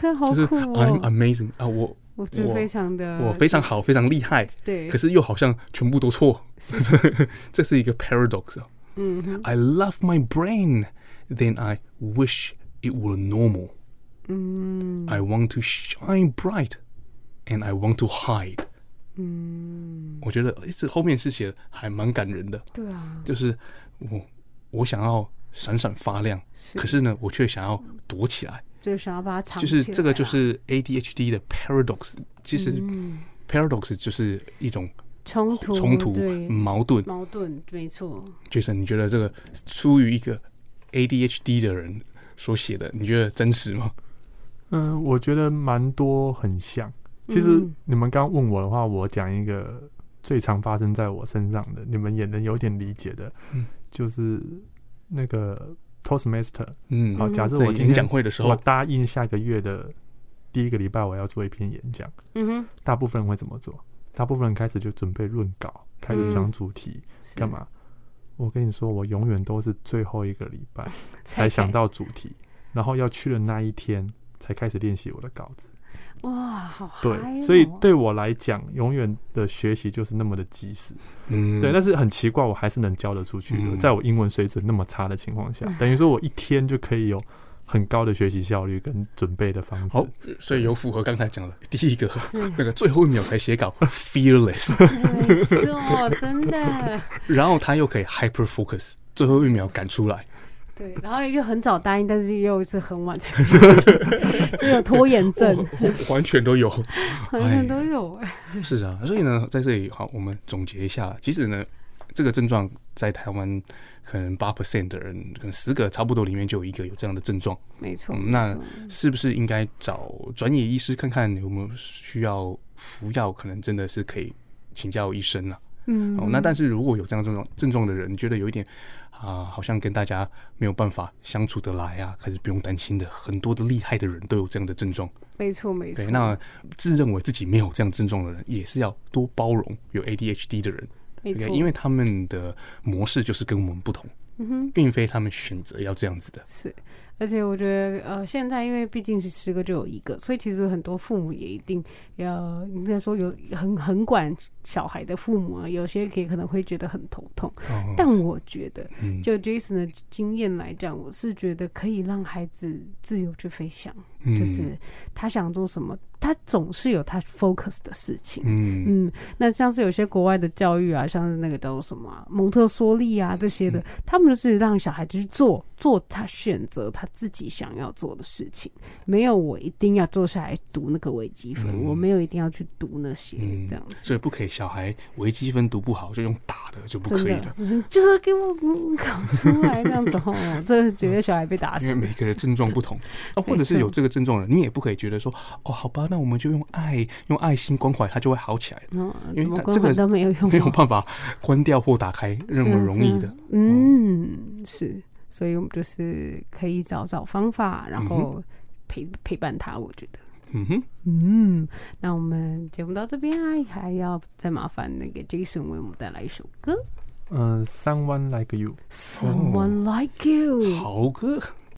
[SPEAKER 7] 真的好
[SPEAKER 5] 就是
[SPEAKER 7] 苦
[SPEAKER 5] I'm
[SPEAKER 7] 哦！
[SPEAKER 5] amazing 啊，我
[SPEAKER 7] 我就
[SPEAKER 5] 我
[SPEAKER 7] 非常的，
[SPEAKER 5] 我非常好，非常厉害，
[SPEAKER 7] 对，
[SPEAKER 5] 可是又好像全部都错， 这是一个 paradox 啊。
[SPEAKER 7] 嗯哼
[SPEAKER 5] I love my brain, then I wish it were normal.
[SPEAKER 7] 嗯
[SPEAKER 5] I want to shine bright, and I want to hide。
[SPEAKER 7] 嗯，
[SPEAKER 5] 我觉得诶这后面是写的还蛮感人的，
[SPEAKER 7] 对啊，
[SPEAKER 5] 就是我我想要闪闪发亮，
[SPEAKER 7] 是
[SPEAKER 5] 可是呢，我却想要躲起来。
[SPEAKER 7] 就想要把它藏
[SPEAKER 5] 就
[SPEAKER 7] 起
[SPEAKER 5] 是
[SPEAKER 7] 来啊，
[SPEAKER 5] 这个就是 ADHD 的 paradox，其实
[SPEAKER 7] 嗯
[SPEAKER 5] paradox 就是一种
[SPEAKER 7] 冲突
[SPEAKER 5] 冲突嗯
[SPEAKER 7] 对
[SPEAKER 5] 矛盾。
[SPEAKER 7] 矛盾，没错，嗯
[SPEAKER 5] Jason，你觉得这个出于一个 ADHD 的人所写的，你觉得真实吗？
[SPEAKER 9] 嗯，我觉得蛮多很像。其实
[SPEAKER 7] 嗯
[SPEAKER 9] 你们刚问我的话，我讲一个最常发生在我身上的，你们也能有点理解的，
[SPEAKER 5] 嗯
[SPEAKER 9] 就是那个 Toastmaster。
[SPEAKER 5] 嗯，
[SPEAKER 9] 好，假设
[SPEAKER 5] 在
[SPEAKER 9] 我今
[SPEAKER 5] 演讲
[SPEAKER 9] 天
[SPEAKER 5] 会的时
[SPEAKER 9] 我
[SPEAKER 5] 候，
[SPEAKER 9] 答应下个月的第一个礼拜我要做一篇演讲，
[SPEAKER 7] 嗯哼，
[SPEAKER 9] 大部分人会怎么做？大部分人开始就准备论稿，开
[SPEAKER 5] 嗯
[SPEAKER 9] 始讲主题，
[SPEAKER 7] 是
[SPEAKER 9] 干、嘛？我跟你说，我永远都是最后一个礼 拜才
[SPEAKER 7] 才
[SPEAKER 9] 想到主题，然后要去的那一天才开始练习我的稿子。
[SPEAKER 5] 哎
[SPEAKER 7] 哇，好嗨哦、
[SPEAKER 9] 对，所以对我来讲，永远的学习就是那么的及时。
[SPEAKER 5] 嗯，
[SPEAKER 9] 对，但是很奇怪，我还是能教得出去的。
[SPEAKER 5] 嗯
[SPEAKER 9] 在我英文水准那么差的情况下，等于说我一天就可以有很高的学习效率跟准备的方式。
[SPEAKER 5] 好，所以有符合刚才讲的第一个
[SPEAKER 7] 是
[SPEAKER 5] 那个最后一秒才写稿 ，fearless，
[SPEAKER 7] 没错，真的。
[SPEAKER 5] 然后他又可以 hyper focus，最后一秒赶出来。
[SPEAKER 7] 对，然后又很早答应，但是又是很晚才， 就有拖 延症，
[SPEAKER 5] 我我完全 都有，
[SPEAKER 7] 好像都有哎、
[SPEAKER 5] 是啊，所以呢，在这里好，我们总结一下，其实呢，这个症状在台湾可能八 percent 的人，可能十个差不多里面就有一个有这样的症状，
[SPEAKER 7] 没错。
[SPEAKER 5] 嗯
[SPEAKER 7] 没
[SPEAKER 5] 那
[SPEAKER 7] 错
[SPEAKER 5] 是不是应该找专业医师看看有没有需要服药？可能真的是可以请教医生了、
[SPEAKER 7] 嗯，
[SPEAKER 5] 哦，那但是如果有这样症状症状的人，觉得有一点啊、好像跟大家没有办法相处得来啊，可是不用担心的，很多的厉害的人都有这样的症状。
[SPEAKER 7] 没错没错
[SPEAKER 5] 对，，那自认为自己没有这样症状的人，也是要多包容有 ADHD 的人
[SPEAKER 7] 没错
[SPEAKER 5] ，OK，，因为他们的模式就是跟我们不同，
[SPEAKER 7] 嗯哼
[SPEAKER 5] 并非他们选择要这样子的。
[SPEAKER 7] 是，而且我觉得，呃，现在因为毕竟是十个就有一个，所以其实很多父母也一定要应该说有很很管小孩的父母啊，有些可以可能会觉得很头痛。
[SPEAKER 5] 哦
[SPEAKER 7] 但我觉得，
[SPEAKER 5] 嗯
[SPEAKER 7] 就 Jason 的经验来讲，我是觉得可以让孩子自由去飞翔，
[SPEAKER 5] 嗯
[SPEAKER 7] 就是他想做什么，他总是有他 focus 的事情。
[SPEAKER 5] 嗯
[SPEAKER 7] 嗯，那像是有些国外的教育啊，像是那个叫做什么啊、蒙特梭利啊这些的，
[SPEAKER 5] 嗯
[SPEAKER 7] 他们就是让小孩就是做做他选择他自己想要做的事情，没有我一定要坐下来读那个微积分，
[SPEAKER 5] 嗯
[SPEAKER 7] 我没有一定要去读那些、
[SPEAKER 5] 嗯
[SPEAKER 7] 这样子。
[SPEAKER 5] 所以不可以小孩微积分读不好就用打的就不
[SPEAKER 7] 真
[SPEAKER 5] 可以
[SPEAKER 7] 的
[SPEAKER 5] 了，，
[SPEAKER 7] 就是要给我嗯搞出来这样子哦，这绝对小孩被打死
[SPEAKER 5] 因为。每个人症状不同， 啊，或者是有这个症状的，你也不可以觉得说哦，好吧，那我们就用爱用爱心关怀，他就会好起来，
[SPEAKER 7] 哦，
[SPEAKER 5] 因为
[SPEAKER 7] 怎么
[SPEAKER 5] 他
[SPEAKER 7] 关
[SPEAKER 5] 这个
[SPEAKER 7] 怀都没有用、
[SPEAKER 5] 没有
[SPEAKER 7] 哦，
[SPEAKER 5] 办法关掉或打开，
[SPEAKER 7] 是
[SPEAKER 5] 任
[SPEAKER 7] 啊
[SPEAKER 5] 何容易。
[SPEAKER 7] 是
[SPEAKER 5] 的哦
[SPEAKER 7] 啊。嗯，是，所以我们就是可以找找方法，然后陪、陪伴他。我觉得，
[SPEAKER 5] 嗯哼，
[SPEAKER 7] 嗯，那我们节目到这边啊，还要再麻烦那个 Jason 为我们带来一首歌
[SPEAKER 5] 哦
[SPEAKER 9] 嗯，三湾 like you，
[SPEAKER 7] ，Someone Like You。
[SPEAKER 5] 好歌，